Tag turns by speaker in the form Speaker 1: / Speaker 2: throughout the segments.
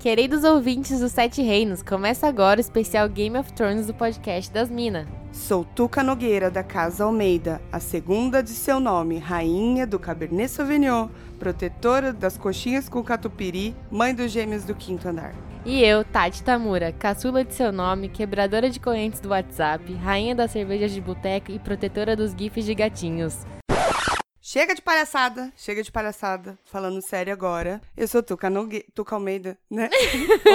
Speaker 1: Queridos ouvintes do Sete Reinos, começa agora o especial Game of Thrones do podcast das Minas.
Speaker 2: Sou Tuca Nogueira da Casa Almeida, a segunda de seu nome, rainha do Cabernet Sauvignon, protetora das coxinhas com catupiry, mãe dos gêmeos do quinto andar.
Speaker 1: E eu, Tati Tamura, caçula de seu nome, quebradora de correntes do WhatsApp, rainha das cervejas de boteco e protetora dos gifs de gatinhos.
Speaker 2: Chega de palhaçada, chega de palhaçada. Falando sério agora, eu sou Tuca, Nogue... Tuca Almeida, né?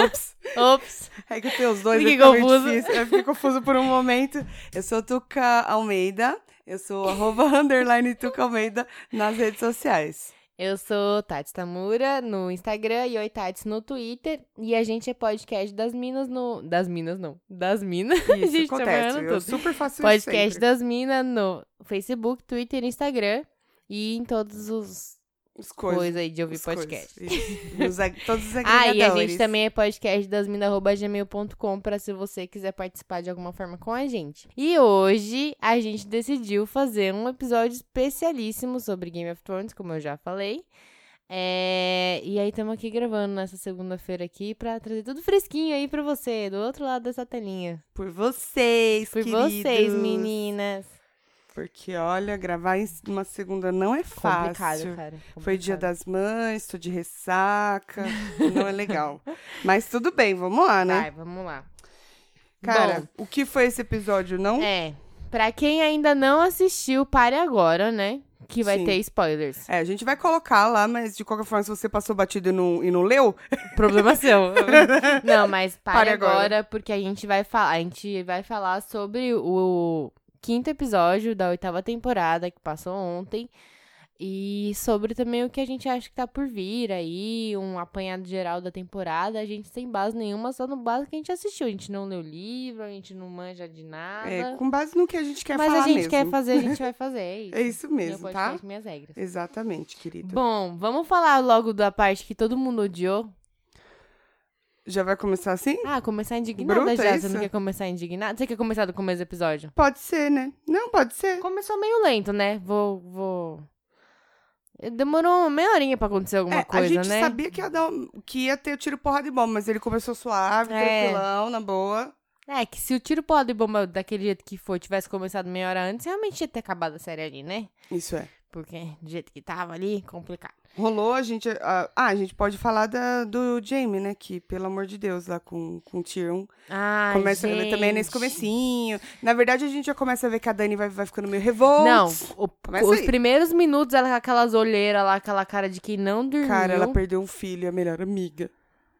Speaker 2: Ops,
Speaker 1: Ops!
Speaker 2: é que eu tenho os dois,
Speaker 1: Fiquei
Speaker 2: aí fica meio
Speaker 1: confuso.
Speaker 2: difícil. Eu fiquei confuso por um momento. Eu sou Tuca Almeida, eu sou arroba underline Tuca Almeida nas redes sociais.
Speaker 1: Eu sou Tati Tamura no Instagram e Oi Tats no Twitter. E a gente é podcast das Minas no. Das Minas não. Das Minas.
Speaker 2: Isso
Speaker 1: Gente, tô
Speaker 2: acontece,
Speaker 1: errando
Speaker 2: eu
Speaker 1: tudo.
Speaker 2: super faço isso
Speaker 1: Podcast
Speaker 2: sempre.
Speaker 1: das Minas no Facebook, Twitter, Instagram e em todos os
Speaker 2: As coisas.
Speaker 1: coisas aí de ouvir
Speaker 2: As
Speaker 1: podcast.
Speaker 2: coisas, isso. Nos ag- todos os
Speaker 1: Ah,
Speaker 2: agregadores.
Speaker 1: e a gente também é podcast das gmail.com pra se você quiser participar de alguma forma com a gente. E hoje a gente decidiu fazer um episódio especialíssimo sobre Game of Thrones, como eu já falei. É, E aí estamos aqui gravando nessa segunda-feira aqui pra trazer tudo fresquinho aí pra você, do outro lado dessa telinha.
Speaker 2: Por vocês,
Speaker 1: Por
Speaker 2: queridos.
Speaker 1: vocês, meninas.
Speaker 2: Porque, olha, gravar em uma segunda não é fácil.
Speaker 1: Complicado, cara.
Speaker 2: Foi dia
Speaker 1: complicado.
Speaker 2: das mães, tô de ressaca, não é legal. Mas tudo bem, vamos lá, né?
Speaker 1: Vai, vamos lá.
Speaker 2: Cara, o que foi esse episódio, não? É,
Speaker 1: É, pra quem ainda não assistiu, pare agora, né? Que vai
Speaker 2: Sim.
Speaker 1: ter spoilers.
Speaker 2: É, a gente vai colocar lá, mas de qualquer forma, se você passou batido e não, e não leu,
Speaker 1: Problema seu. não, mas pare,
Speaker 2: Pare agora.
Speaker 1: agora, porque a gente vai falar, a gente vai falar sobre o quinto episódio da oitava temporada que passou ontem. E sobre também o que a gente acha que tá por vir aí, um apanhado geral da temporada. A gente sem base nenhuma, só no base que a gente assistiu. A gente não leu livro, a gente não manja de nada.
Speaker 2: é, com base no que a gente quer
Speaker 1: mas
Speaker 2: falar
Speaker 1: a gente
Speaker 2: mesmo.
Speaker 1: quer fazer, a gente vai fazer. É isso,
Speaker 2: É isso mesmo,
Speaker 1: Meu
Speaker 2: tá?
Speaker 1: podcast, minhas regras.
Speaker 2: Exatamente, querido.
Speaker 1: Bom, vamos falar logo da parte que todo mundo odiou.
Speaker 2: Já vai começar assim?
Speaker 1: Ah, começar indignada
Speaker 2: Bruta,
Speaker 1: já.
Speaker 2: é
Speaker 1: Você não
Speaker 2: isso?
Speaker 1: quer começar indignada? Você quer começar do começo do episódio?
Speaker 2: Pode ser, né? Não, pode ser.
Speaker 1: Começou meio lento, né? Vou. vou... Demorou uma meia horinha pra acontecer alguma
Speaker 2: É,
Speaker 1: coisa,
Speaker 2: a gente
Speaker 1: né?
Speaker 2: sabia que ia, dar um- que ia ter tiro, porrada e bomba, mas ele começou suave,
Speaker 1: É.
Speaker 2: tranquilão, na boa.
Speaker 1: É, que se o tiro porra de bomba daquele jeito que foi tivesse começado meia hora antes, realmente ia ter acabado a série ali, né?
Speaker 2: Isso é.
Speaker 1: Porque do jeito que tava ali, complicado.
Speaker 2: Rolou, a gente. ah, ah, a gente pode falar da- do Jamie, né? Que, pelo amor de Deus, lá com, com o Tyrion.
Speaker 1: Ah,
Speaker 2: começa
Speaker 1: gente.
Speaker 2: também nesse comecinho. Na verdade, a gente já começa a ver que a Dani vai, vai ficando meio revolta.
Speaker 1: Não, o-
Speaker 2: Começa
Speaker 1: os
Speaker 2: aí.
Speaker 1: primeiros minutos, ela com aquelas olheiras lá, aquela cara de quem não dormiu.
Speaker 2: Cara, ela perdeu um filho, a melhor amiga.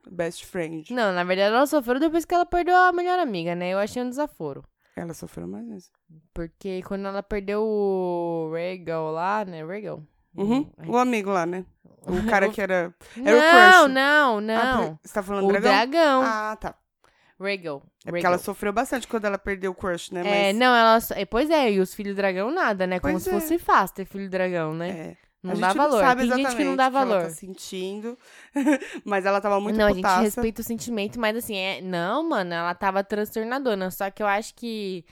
Speaker 2: Best friend.
Speaker 1: Não, na verdade ela sofreu depois que ela perdeu a melhor amiga, né? Eu achei um desaforo.
Speaker 2: Ela sofreu mais isso.
Speaker 1: Porque quando ela perdeu o Regal lá, né? Regal.
Speaker 2: Uhum.
Speaker 1: É.
Speaker 2: O amigo lá, né? O cara que era. Era o
Speaker 1: não,
Speaker 2: crush.
Speaker 1: não,
Speaker 2: Ah,
Speaker 1: não.
Speaker 2: você tá falando
Speaker 1: o
Speaker 2: dragão?
Speaker 1: dragão.
Speaker 2: Ah, tá.
Speaker 1: Regal.
Speaker 2: É porque ela sofreu bastante quando ela perdeu o crush, né?
Speaker 1: É, não, ela. só- é, Pois é, e os filhos dragão nada, né? Como
Speaker 2: Pois
Speaker 1: se
Speaker 2: é.
Speaker 1: fosse fácil ter filho dragão, né?
Speaker 2: É.
Speaker 1: Não
Speaker 2: a gente
Speaker 1: dá valor.
Speaker 2: Não sabe
Speaker 1: Tem gente que não
Speaker 2: exatamente
Speaker 1: dá
Speaker 2: o ela
Speaker 1: valor.
Speaker 2: tá sentindo. mas ela tava muito
Speaker 1: não, a
Speaker 2: putaça.
Speaker 1: gente respeita o sentimento, mas assim, é. Não, mano, ela tava transtornadona. Só que eu acho que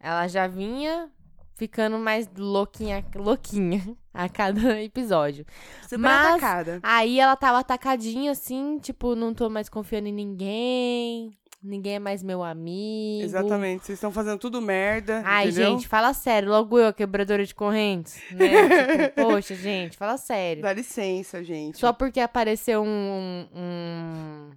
Speaker 1: ela já vinha ficando mais louquinha, louquinha a cada episódio.
Speaker 2: Super
Speaker 1: mas-
Speaker 2: atacada.
Speaker 1: Aí ela tava atacadinha assim, tipo, não tô mais confiando em ninguém, ninguém é mais meu amigo.
Speaker 2: Exatamente. Vocês estão fazendo tudo merda.
Speaker 1: Ai,
Speaker 2: entendeu?
Speaker 1: gente, fala sério, logo eu, a quebradora de correntes, né? Tipo, poxa, gente, fala sério.
Speaker 2: Dá licença, gente.
Speaker 1: Só porque apareceu um, um-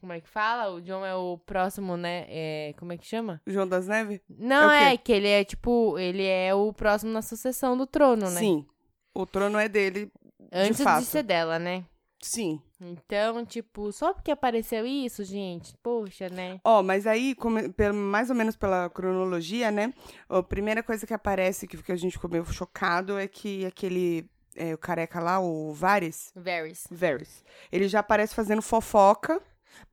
Speaker 1: Como é que fala? O John é o próximo, né? É, como é que chama?
Speaker 2: João das Neves?
Speaker 1: Não,
Speaker 2: É o
Speaker 1: é,
Speaker 2: quê?
Speaker 1: que ele é tipo. Ele é o próximo na sucessão do trono, né?
Speaker 2: Sim. O trono é dele.
Speaker 1: Antes de,
Speaker 2: fato.
Speaker 1: ser dela, né?
Speaker 2: Sim.
Speaker 1: Então, tipo, só porque apareceu isso, gente, poxa, né?
Speaker 2: Ó, mas aí, come- pelo- mais ou menos pela cronologia, né? A primeira coisa que aparece, que que a gente ficou meio chocado, é que aquele. é, o careca lá, o Varys.
Speaker 1: Varys.
Speaker 2: Varys. Ele já aparece fazendo fofoca.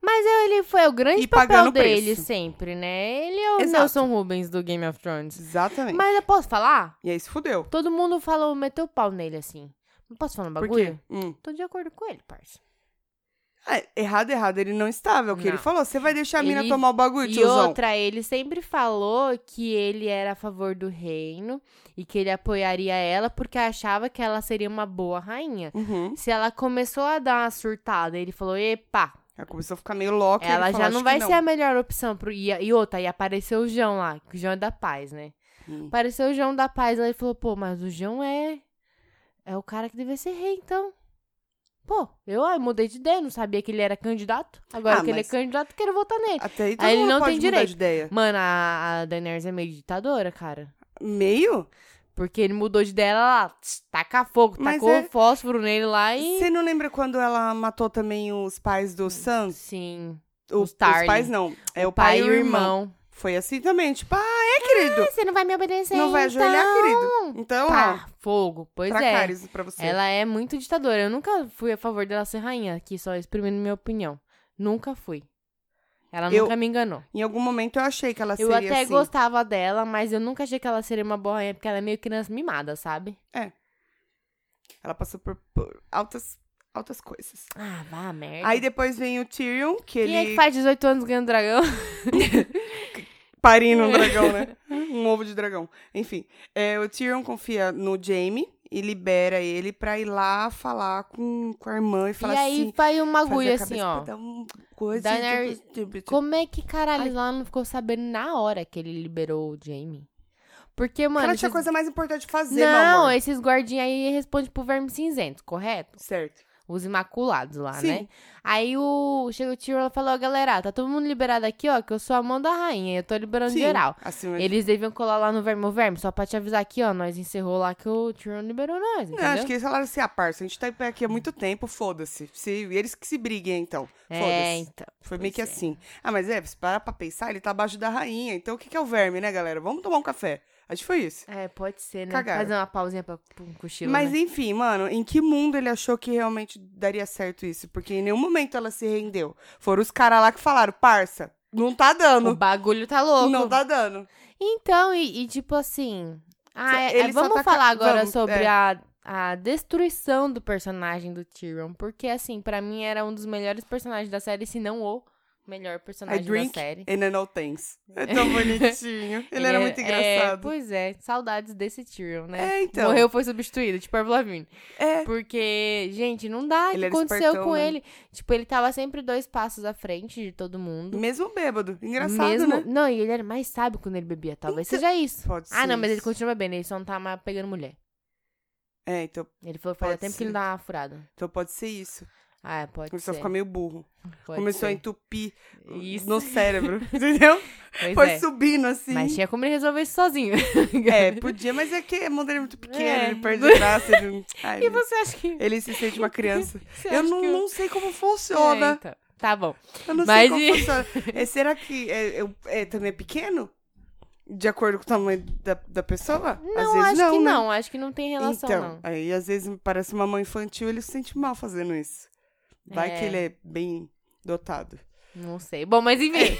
Speaker 1: Então, Ele foi o grande
Speaker 2: E pagando
Speaker 1: papel
Speaker 2: o preço.
Speaker 1: dele sempre, né? Ele é o
Speaker 2: Exato.
Speaker 1: Nelson Rubens do Game of Thrones.
Speaker 2: Exatamente.
Speaker 1: Mas eu posso falar?
Speaker 2: E aí se fudeu.
Speaker 1: Todo mundo falou, meteu o pau nele assim. Não posso falar um
Speaker 2: Por
Speaker 1: bagulho?
Speaker 2: quê? Hum.
Speaker 1: Tô de acordo com ele, parça.
Speaker 2: Ah, errado, errado. Ele não estava. É o que ele
Speaker 1: Não.
Speaker 2: falou. Você vai deixar a mina
Speaker 1: Ele-
Speaker 2: tomar o bagulho,
Speaker 1: E
Speaker 2: tiozão.
Speaker 1: outra, ele sempre falou que ele era a favor do reino e que ele apoiaria ela porque achava que ela seria uma boa rainha.
Speaker 2: Uhum.
Speaker 1: Se ela começou a dar uma surtada, ele falou: epa,
Speaker 2: Ela começou a ficar meio louca. e
Speaker 1: Ela
Speaker 2: ele
Speaker 1: já
Speaker 2: falou,
Speaker 1: não
Speaker 2: "Acho
Speaker 1: vai
Speaker 2: que
Speaker 1: ser a melhor opção pro. E, e outra, aí apareceu o João lá, que o João é da paz, né?
Speaker 2: Hum.
Speaker 1: Apareceu o João da paz lá ele falou, pô, mas o João é. É o cara que devia ser rei, então. Pô, eu ah, mudei de ideia, não sabia que ele era candidato. Agora
Speaker 2: Ah,
Speaker 1: que ele é
Speaker 2: mas-
Speaker 1: candidato, quero votar nele.
Speaker 2: Até aí, todo
Speaker 1: Aí ele
Speaker 2: mundo
Speaker 1: não
Speaker 2: pode
Speaker 1: tem
Speaker 2: mudar
Speaker 1: direito.
Speaker 2: de ideia.
Speaker 1: Mano, a, a Daenerys é meio ditadora, cara.
Speaker 2: Meio?
Speaker 1: Porque ele mudou de ideia, ela lá, tss, taca fogo,
Speaker 2: Mas
Speaker 1: tacou
Speaker 2: é-
Speaker 1: fósforo nele lá e.
Speaker 2: Você não lembra quando ela matou também os pais do Sam?
Speaker 1: Sim.
Speaker 2: O-
Speaker 1: Os Tarly.
Speaker 2: pais não. É o,
Speaker 1: Pai, e o irmão.
Speaker 2: Foi assim também, tipo, ah, é, querido.
Speaker 1: Ah, Você não vai me obedecer,
Speaker 2: não vai
Speaker 1: então.
Speaker 2: ajoelhar, querido. Então, ó,
Speaker 1: Pá, fogo. Pois é.
Speaker 2: tracares pra você.
Speaker 1: Ela é muito ditadora. Eu nunca fui a favor dela ser rainha, aqui só exprimindo minha opinião. Nunca fui. Ela
Speaker 2: Eu-
Speaker 1: nunca me enganou.
Speaker 2: Em algum momento eu achei que ela
Speaker 1: Eu
Speaker 2: seria
Speaker 1: até
Speaker 2: assim.
Speaker 1: gostava dela, mas eu nunca achei que ela seria uma boa rainha, porque ela é meio criança mimada, sabe?
Speaker 2: Ela passou por, por altas, altas coisas.
Speaker 1: Ah, vá, merda.
Speaker 2: Aí depois vem o Tyrion, que
Speaker 1: Quem é que
Speaker 2: ele
Speaker 1: faz 18 anos ganhando dragão?
Speaker 2: parindo um dragão, né? Um ovo de dragão. Enfim, é, o Tyrion confia no Jaime e libera ele pra ir lá falar com, com a irmã e falar
Speaker 1: e aí
Speaker 2: assim...
Speaker 1: faz um
Speaker 2: fazer a
Speaker 1: bagulho
Speaker 2: cabeça assim.
Speaker 1: assim, ó.
Speaker 2: pra dar um coisa, tipo,
Speaker 1: Daenerys- Como é que caralho lá não ficou sabendo na hora que ele liberou o Jamie? Porque, mano.
Speaker 2: Ela tinha
Speaker 1: esses-
Speaker 2: coisa mais importante de fazer, meu
Speaker 1: Não,
Speaker 2: amor.
Speaker 1: esses guardinhos aí respondem pro verme cinzento, correto?
Speaker 2: Certo.
Speaker 1: Os imaculados lá,
Speaker 2: Sim.
Speaker 1: né? Aí o. Chega o Tyrion e falou, ó, galera, tá todo mundo liberado aqui, ó, que eu sou a mão da rainha, eu tô liberando
Speaker 2: Sim,
Speaker 1: geral.
Speaker 2: Acima de...
Speaker 1: Eles deviam colar lá no verme, o verme, só pra te avisar aqui, ó, nós encerrou lá que o Tyrion liberou nós,
Speaker 2: Não,
Speaker 1: entendeu?
Speaker 2: É, acho que eles falaram assim, ah, parça, a gente tá aqui há muito tempo, foda-se. Se... Eles que se briguem, então.
Speaker 1: É,
Speaker 2: Foda-se.
Speaker 1: então.
Speaker 2: Foi meio que
Speaker 1: Pois é.
Speaker 2: assim. Ah, mas é, se parar pra pensar, ele tá abaixo da rainha. Então o que, que é o verme, né, galera? Vamos tomar um café. Acho que foi isso.
Speaker 1: É, pode ser, né?
Speaker 2: Cagaram.
Speaker 1: Fazer uma pausinha pra, pra um cochilo,
Speaker 2: mas
Speaker 1: né?
Speaker 2: enfim, mano, em que mundo ele achou que realmente daria certo isso? Porque em nenhum momento ela se rendeu. Foram os caras lá que falaram, parça, não tá
Speaker 1: O
Speaker 2: dando.
Speaker 1: bagulho tá louco.
Speaker 2: Não tá dando.
Speaker 1: Então, e, e tipo assim. Ah, é- é,
Speaker 2: ele só
Speaker 1: vamos
Speaker 2: tá ca-
Speaker 1: falar agora
Speaker 2: vamos,
Speaker 1: sobre
Speaker 2: é.
Speaker 1: a, a destruição do personagem do Tyrion. Porque, assim, pra mim era um dos melhores personagens da série, se não o melhor
Speaker 2: I
Speaker 1: personagem
Speaker 2: drink
Speaker 1: da série.
Speaker 2: and I know things. É tão bonitinho. Ele, era
Speaker 1: é-
Speaker 2: muito
Speaker 1: é,
Speaker 2: engraçado.
Speaker 1: pois é, saudades desse Tyrion, né?
Speaker 2: É, então.
Speaker 1: Morreu, foi substituído, tipo Avril Lavigne.
Speaker 2: É.
Speaker 1: Porque, gente, não dá. O
Speaker 2: Ele
Speaker 1: que
Speaker 2: era
Speaker 1: aconteceu
Speaker 2: espertão,
Speaker 1: com
Speaker 2: né?
Speaker 1: ele? Tipo, ele tava sempre dois passos à frente de todo mundo.
Speaker 2: Mesmo bêbado. Engraçado,
Speaker 1: Mesmo...
Speaker 2: né?
Speaker 1: Não, e ele era mais sábio quando ele bebia. Talvez
Speaker 2: Então-
Speaker 1: seja isso.
Speaker 2: Pode
Speaker 1: Ah,
Speaker 2: ser
Speaker 1: não, mas ele
Speaker 2: isso.
Speaker 1: continua bebendo, ele só não tá mais pegando mulher.
Speaker 2: É, então,
Speaker 1: Ele falou que fazia
Speaker 2: Pode
Speaker 1: tempo que ele
Speaker 2: ser.
Speaker 1: não dava uma furada.
Speaker 2: então pode ser isso.
Speaker 1: Ah, é, pode
Speaker 2: Começou
Speaker 1: ser.
Speaker 2: a ficar meio burro.
Speaker 1: pode
Speaker 2: Começou a
Speaker 1: ser.
Speaker 2: entupir
Speaker 1: Isso.
Speaker 2: no cérebro, entendeu?
Speaker 1: Pois
Speaker 2: Foi
Speaker 1: é.
Speaker 2: subindo assim.
Speaker 1: Mas tinha como ele resolver isso sozinho.
Speaker 2: É, podia, mas é que a mão dele é muito pequena,
Speaker 1: É.
Speaker 2: ele perde o braço, ele... Ai,
Speaker 1: E você acha que...
Speaker 2: ele se sente uma criança.
Speaker 1: Você
Speaker 2: Eu
Speaker 1: acha
Speaker 2: não,
Speaker 1: que
Speaker 2: não sei como
Speaker 1: É,
Speaker 2: funciona.
Speaker 1: então. Tá bom.
Speaker 2: Eu não
Speaker 1: Mas
Speaker 2: sei como
Speaker 1: e-
Speaker 2: funciona. É, será que é, é- é também é pequeno? De acordo com o tamanho da, da pessoa? às
Speaker 1: Não,
Speaker 2: vezes
Speaker 1: acho
Speaker 2: não,
Speaker 1: que
Speaker 2: né?
Speaker 1: não. Acho que não tem relação,
Speaker 2: então,
Speaker 1: não.
Speaker 2: aí às vezes me parece uma mãe infantil, ele se sente mal fazendo isso. Vai
Speaker 1: É.
Speaker 2: que ele é bem dotado.
Speaker 1: Não sei. Bom, mas
Speaker 2: É.
Speaker 1: enfim.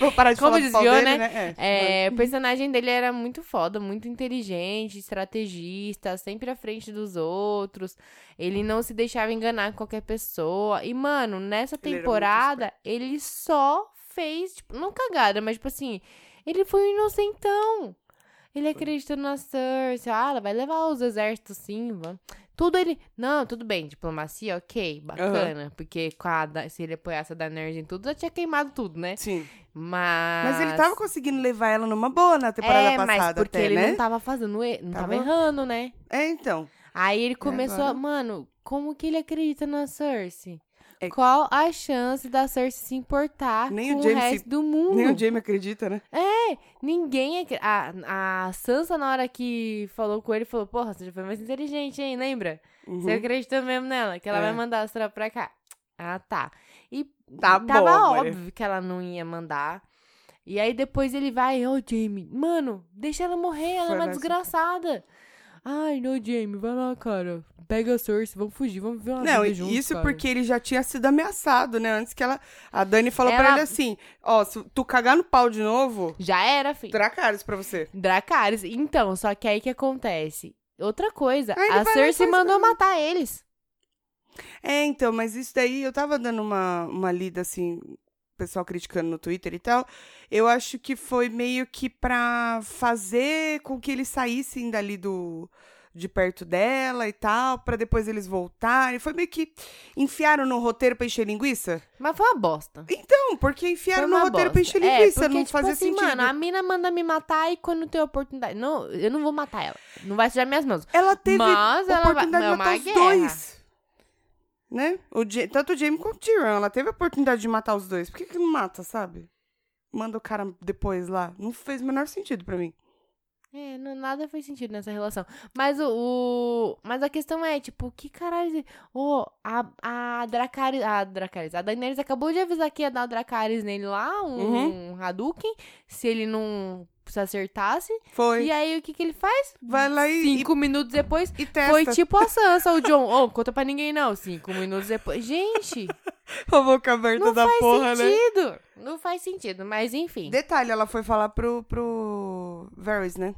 Speaker 2: Vou parar de
Speaker 1: Como
Speaker 2: falar do pau
Speaker 1: desviou,
Speaker 2: dele, né? É.
Speaker 1: É, o personagem dele era muito foda, muito inteligente, estrategista, sempre à frente dos outros. Ele não se deixava enganar com qualquer pessoa. E, mano, nessa
Speaker 2: Ele era muito
Speaker 1: temporada, ele só fez, tipo, não cagada, mas, tipo assim, ele foi um inocentão. Ele acreditou na Cersei, ah, ela vai levar os exércitos sim, vamos. Tudo ele. Não, tudo bem, diplomacia, ok, bacana. Porque com a da- se ele apoiasse a Daenerys em tudo, já tinha queimado tudo, né?
Speaker 2: Sim.
Speaker 1: Mas.
Speaker 2: Mas ele tava conseguindo levar ela numa boa na temporada
Speaker 1: é,
Speaker 2: passada,
Speaker 1: mas porque
Speaker 2: até,
Speaker 1: ele
Speaker 2: né?
Speaker 1: não tava fazendo, e- não tava...
Speaker 2: Tava-
Speaker 1: errando, né?
Speaker 2: É, então.
Speaker 1: Aí ele começou, a-
Speaker 2: agora?
Speaker 1: mano, como que ele acredita na Cersei?
Speaker 2: É-
Speaker 1: Qual a chance da Cersei se importar
Speaker 2: Nem
Speaker 1: com
Speaker 2: o
Speaker 1: o,
Speaker 2: Jaime se-
Speaker 1: resto do mundo?
Speaker 2: Nem o Jamie acredita, né?
Speaker 1: Ninguém, acre- a, a Sansa na hora que falou com ele, falou, porra, você já foi mais inteligente, hein, lembra?
Speaker 2: Uhum.
Speaker 1: Você acreditou mesmo nela, que ela
Speaker 2: É.
Speaker 1: vai mandar a Astra pra cá. Ah, tá. E
Speaker 2: Tá
Speaker 1: tava
Speaker 2: bom, Maria.
Speaker 1: óbvio que ela não ia mandar. E aí depois ele vai, ô Jamie, mano, deixa ela morrer, ela
Speaker 2: Foi
Speaker 1: é uma
Speaker 2: nessa-
Speaker 1: desgraçada. Ai, não, Jamie, vai lá, cara. Pega a Cersei, vamos fugir, vamos viver uma
Speaker 2: Não,
Speaker 1: vida
Speaker 2: e
Speaker 1: junto,
Speaker 2: isso
Speaker 1: cara.
Speaker 2: porque ele já tinha sido ameaçado, né? Antes que ela. A Dani falou pra
Speaker 1: Ela-
Speaker 2: ele assim: Ó, se tu cagar no pau de novo,
Speaker 1: Já era, filho.
Speaker 2: tracares pra você.
Speaker 1: Dracarys. Então, só que aí que acontece? Outra coisa,
Speaker 2: Aí ele
Speaker 1: a
Speaker 2: vai lá e
Speaker 1: Cersei
Speaker 2: faz
Speaker 1: mandou matar eles.
Speaker 2: É, então, mas isso daí eu tava dando uma, uma lida assim, pessoal criticando no Twitter e tal. Eu acho que foi meio que pra fazer com que eles saíssem dali do de perto dela e tal, pra depois eles voltarem. Foi meio que enfiaram no roteiro pra encher linguiça.
Speaker 1: Mas foi uma bosta.
Speaker 2: Então, porque enfiaram
Speaker 1: Foi
Speaker 2: no
Speaker 1: uma
Speaker 2: roteiro pra
Speaker 1: bosta.
Speaker 2: encher linguiça,
Speaker 1: é, porque,
Speaker 2: não
Speaker 1: tipo
Speaker 2: fazia
Speaker 1: assim,
Speaker 2: sentido.
Speaker 1: Mano, a mina manda me matar e quando tem oportunidade. Não, eu não vou matar ela. Não vai sujar minhas mãos.
Speaker 2: Ela teve
Speaker 1: Mas ela vai-
Speaker 2: oportunidade
Speaker 1: é
Speaker 2: de matar
Speaker 1: uma
Speaker 2: os
Speaker 1: guerra.
Speaker 2: dois. Né? O Ja- tanto o Jamie quanto o Tyrion. Ela teve a oportunidade de matar os dois. Por que, que não mata, sabe? Manda o cara depois lá. Não fez o menor sentido pra mim.
Speaker 1: É, não, nada fez sentido nessa relação. Mas o, o- Mas a questão é, tipo, que caralho. Ô, a, a Dracarys. A Dracarys. A Daenerys acabou de avisar que ia dar o Dracarys nele lá, um
Speaker 2: Uhum.
Speaker 1: Hadouken, se ele não se acertasse.
Speaker 2: Foi.
Speaker 1: E aí o que, que ele faz?
Speaker 2: Vai lá e, e,
Speaker 1: Cinco minutos depois.
Speaker 2: e testa.
Speaker 1: Foi tipo a Sansa, o John. Ô, conta pra ninguém não. Cinco minutos depois. Gente,
Speaker 2: a boca aberta
Speaker 1: não
Speaker 2: da
Speaker 1: faz
Speaker 2: porra, né?
Speaker 1: sentido. Não faz sentido, mas enfim.
Speaker 2: Detalhe, ela foi falar pro, pro Varys, né?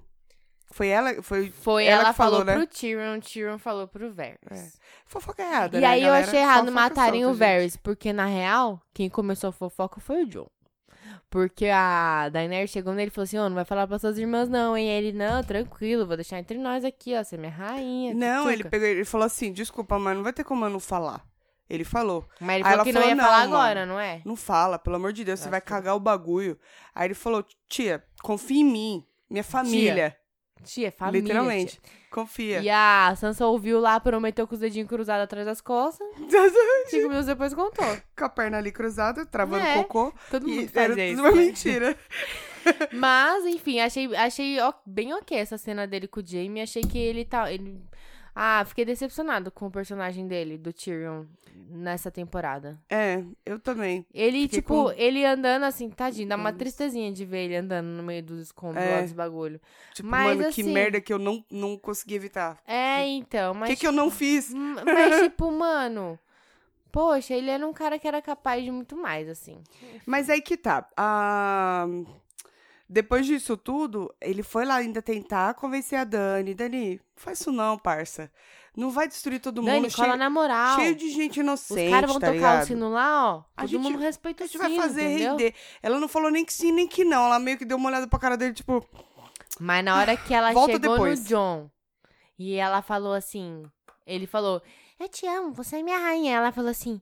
Speaker 2: Foi ela, foi
Speaker 1: Foi
Speaker 2: ela
Speaker 1: ela,
Speaker 2: que falou,
Speaker 1: falou,
Speaker 2: né?
Speaker 1: pro Tyrion, Tyrion falou pro Varys.
Speaker 2: É. fofoca errada,
Speaker 1: E
Speaker 2: né,
Speaker 1: aí eu
Speaker 2: galera?
Speaker 1: achei errado
Speaker 2: Fofoca
Speaker 1: matarem
Speaker 2: solta,
Speaker 1: o
Speaker 2: gente.
Speaker 1: Varys, porque na real, quem começou a fofoca foi o John. Porque a Daenerys chegou nele e falou assim, ó, não vai falar pras suas irmãs não, hein? E ele, não, tranquilo, vou deixar entre nós aqui, ó, você é minha rainha.
Speaker 2: Não, ele
Speaker 1: tchutchuca."
Speaker 2: pegou, ele falou assim, desculpa, mas não vai ter como eu não falar. Ele falou,
Speaker 1: Mas ele
Speaker 2: Aí
Speaker 1: falou
Speaker 2: ela
Speaker 1: que não
Speaker 2: falou,
Speaker 1: ia
Speaker 2: "Não,
Speaker 1: falar
Speaker 2: mano."
Speaker 1: agora, não é?
Speaker 2: não fala, pelo amor de Deus, você
Speaker 1: Nossa.
Speaker 2: vai cagar o bagulho. Aí ele falou, tia, confia em mim, minha família,
Speaker 1: Tia, é família,
Speaker 2: literalmente, confia.
Speaker 1: tia. E a Sansa ouviu lá, prometeu com os dedinhos cruzados atrás das costas, cinco minutos depois contou.
Speaker 2: Com a perna ali cruzada, travando
Speaker 1: É,
Speaker 2: cocô.
Speaker 1: Todo
Speaker 2: E
Speaker 1: mundo
Speaker 2: era
Speaker 1: faz
Speaker 2: tudo
Speaker 1: isso.
Speaker 2: uma
Speaker 1: né?
Speaker 2: mentira.
Speaker 1: Mas, enfim, achei, achei ó- bem ok essa cena dele com o Jamie. Achei que ele tá. Ele... Ah, fiquei decepcionado com o personagem dele, do Tyrion, nessa temporada.
Speaker 2: É, eu também.
Speaker 1: Ele,
Speaker 2: Fiquei
Speaker 1: tipo,
Speaker 2: com-
Speaker 1: ele andando assim, tadinho, dá uma tristezinha de ver ele andando no meio dos escombros
Speaker 2: É.
Speaker 1: lá dos bagulho.
Speaker 2: Tipo,
Speaker 1: Mas,
Speaker 2: mano, que
Speaker 1: assim-
Speaker 2: merda que eu não, não consegui evitar.
Speaker 1: É, então,
Speaker 2: O
Speaker 1: mas.
Speaker 2: que, é que eu não fiz?
Speaker 1: M- Mas, tipo, mano. Poxa, ele era um cara que era capaz de muito mais, assim.
Speaker 2: Mas aí que tá. Ah, Depois disso tudo, ele foi lá ainda tentar convencer a Dani. Dani, faz isso não, parça. Não vai destruir todo mundo.
Speaker 1: Dani, cola
Speaker 2: cheio,
Speaker 1: na moral.
Speaker 2: cheio de gente inocente,
Speaker 1: Os caras vão
Speaker 2: tá
Speaker 1: tocar
Speaker 2: ligado?
Speaker 1: o sino lá, ó. Todo
Speaker 2: A gente-
Speaker 1: mundo
Speaker 2: Então, A
Speaker 1: respeita o
Speaker 2: gente
Speaker 1: sino,
Speaker 2: vai fazer
Speaker 1: entendeu?
Speaker 2: render. Ela não falou nem que sim, nem que não. Ela meio que deu uma olhada pra cara dele, tipo...
Speaker 1: Mas na hora que ela
Speaker 2: Volta
Speaker 1: chegou
Speaker 2: depois.
Speaker 1: no John e ela falou assim, ele falou, eu te amo, você é minha rainha. Ela falou assim,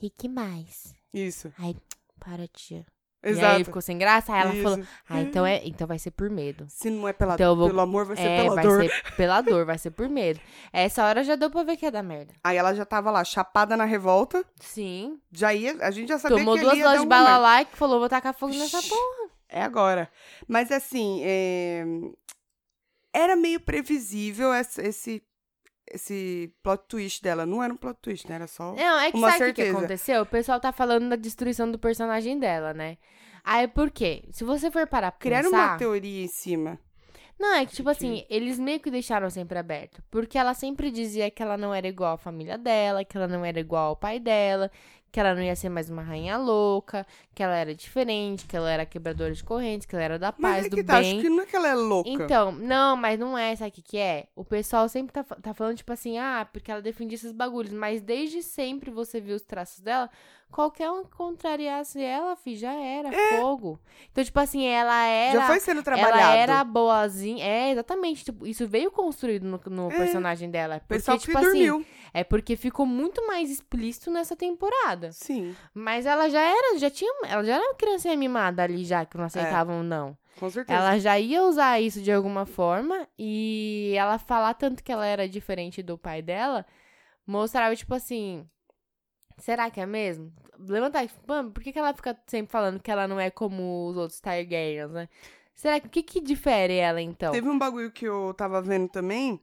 Speaker 1: e que mais?
Speaker 2: Isso,
Speaker 1: Para, tia. E aí
Speaker 2: exato.
Speaker 1: ele ficou sem graça, aí ela
Speaker 2: Isso.
Speaker 1: falou, ah, então, é, então vai ser por medo.
Speaker 2: Se não é pela,
Speaker 1: Então eu vou-
Speaker 2: pelo amor, vai ser
Speaker 1: é,
Speaker 2: pela
Speaker 1: vai
Speaker 2: dor.
Speaker 1: ser pela dor, vai ser por medo. Essa hora já deu pra ver que ia dar merda.
Speaker 2: Aí ela já tava lá, chapada na revolta.
Speaker 1: Sim.
Speaker 2: Já ia... A gente já sabia
Speaker 1: Tomou
Speaker 2: que ele
Speaker 1: duas
Speaker 2: ia dar
Speaker 1: lojas de
Speaker 2: um
Speaker 1: bala
Speaker 2: momento.
Speaker 1: lá e falou, vou tacar fogo nessa
Speaker 2: Shhh,
Speaker 1: porra.
Speaker 2: É agora. Mas assim, é, era meio previsível essa- esse, esse plot twist dela. Não era um plot twist, né? Era só.
Speaker 1: Não, é que
Speaker 2: Uma
Speaker 1: sabe o que que
Speaker 2: certeza.
Speaker 1: aconteceu? O pessoal tá falando da destruição do personagem dela, né? Aí por quê? Se você for parar pra
Speaker 2: Criaram
Speaker 1: pensar...
Speaker 2: uma teoria em cima.
Speaker 1: Não, é que, tipo
Speaker 2: Que-
Speaker 1: assim, eles meio que deixaram sempre aberto. Porque ela sempre dizia que ela não era igual à família dela, que ela não era igual ao pai dela, que ela não ia ser mais uma rainha louca, que ela era diferente, que ela era quebradora de correntes, que ela era da
Speaker 2: Mas
Speaker 1: paz,
Speaker 2: é
Speaker 1: do
Speaker 2: que tá,
Speaker 1: bem.
Speaker 2: acho que não é que ela é louca.
Speaker 1: Então, não, mas não é, sabe o que, que é? O pessoal sempre tá, fa- tá falando, tipo assim, ah, porque ela defendia esses bagulhos, mas desde sempre você viu os traços dela, qualquer um que contrariasse ela, fi, já era, fogo. Então, tipo assim, ela era.
Speaker 2: É. Já foi sendo trabalhado.
Speaker 1: Ela era boazinha. É, exatamente. tipo, isso veio construído no, no
Speaker 2: É.
Speaker 1: personagem dela.
Speaker 2: O
Speaker 1: Porque,
Speaker 2: pessoal
Speaker 1: tipo
Speaker 2: que
Speaker 1: assim,
Speaker 2: dormiu.
Speaker 1: é porque ficou muito mais explícito nessa temporada.
Speaker 2: Sim,
Speaker 1: Mas ela já era, já tinha. Ela já era uma criancinha mimada ali, já, que não aceitavam, não.
Speaker 2: com certeza.
Speaker 1: Ela já ia usar isso de alguma forma. E ela falar tanto que ela era diferente do pai dela, mostrava, tipo assim. Será que é mesmo? Levantar, e- mano, por que, que ela fica sempre falando que ela não é como os outros Targaryens, né? Será que o que, que difere ela então?
Speaker 2: Teve um bagulho que eu tava vendo também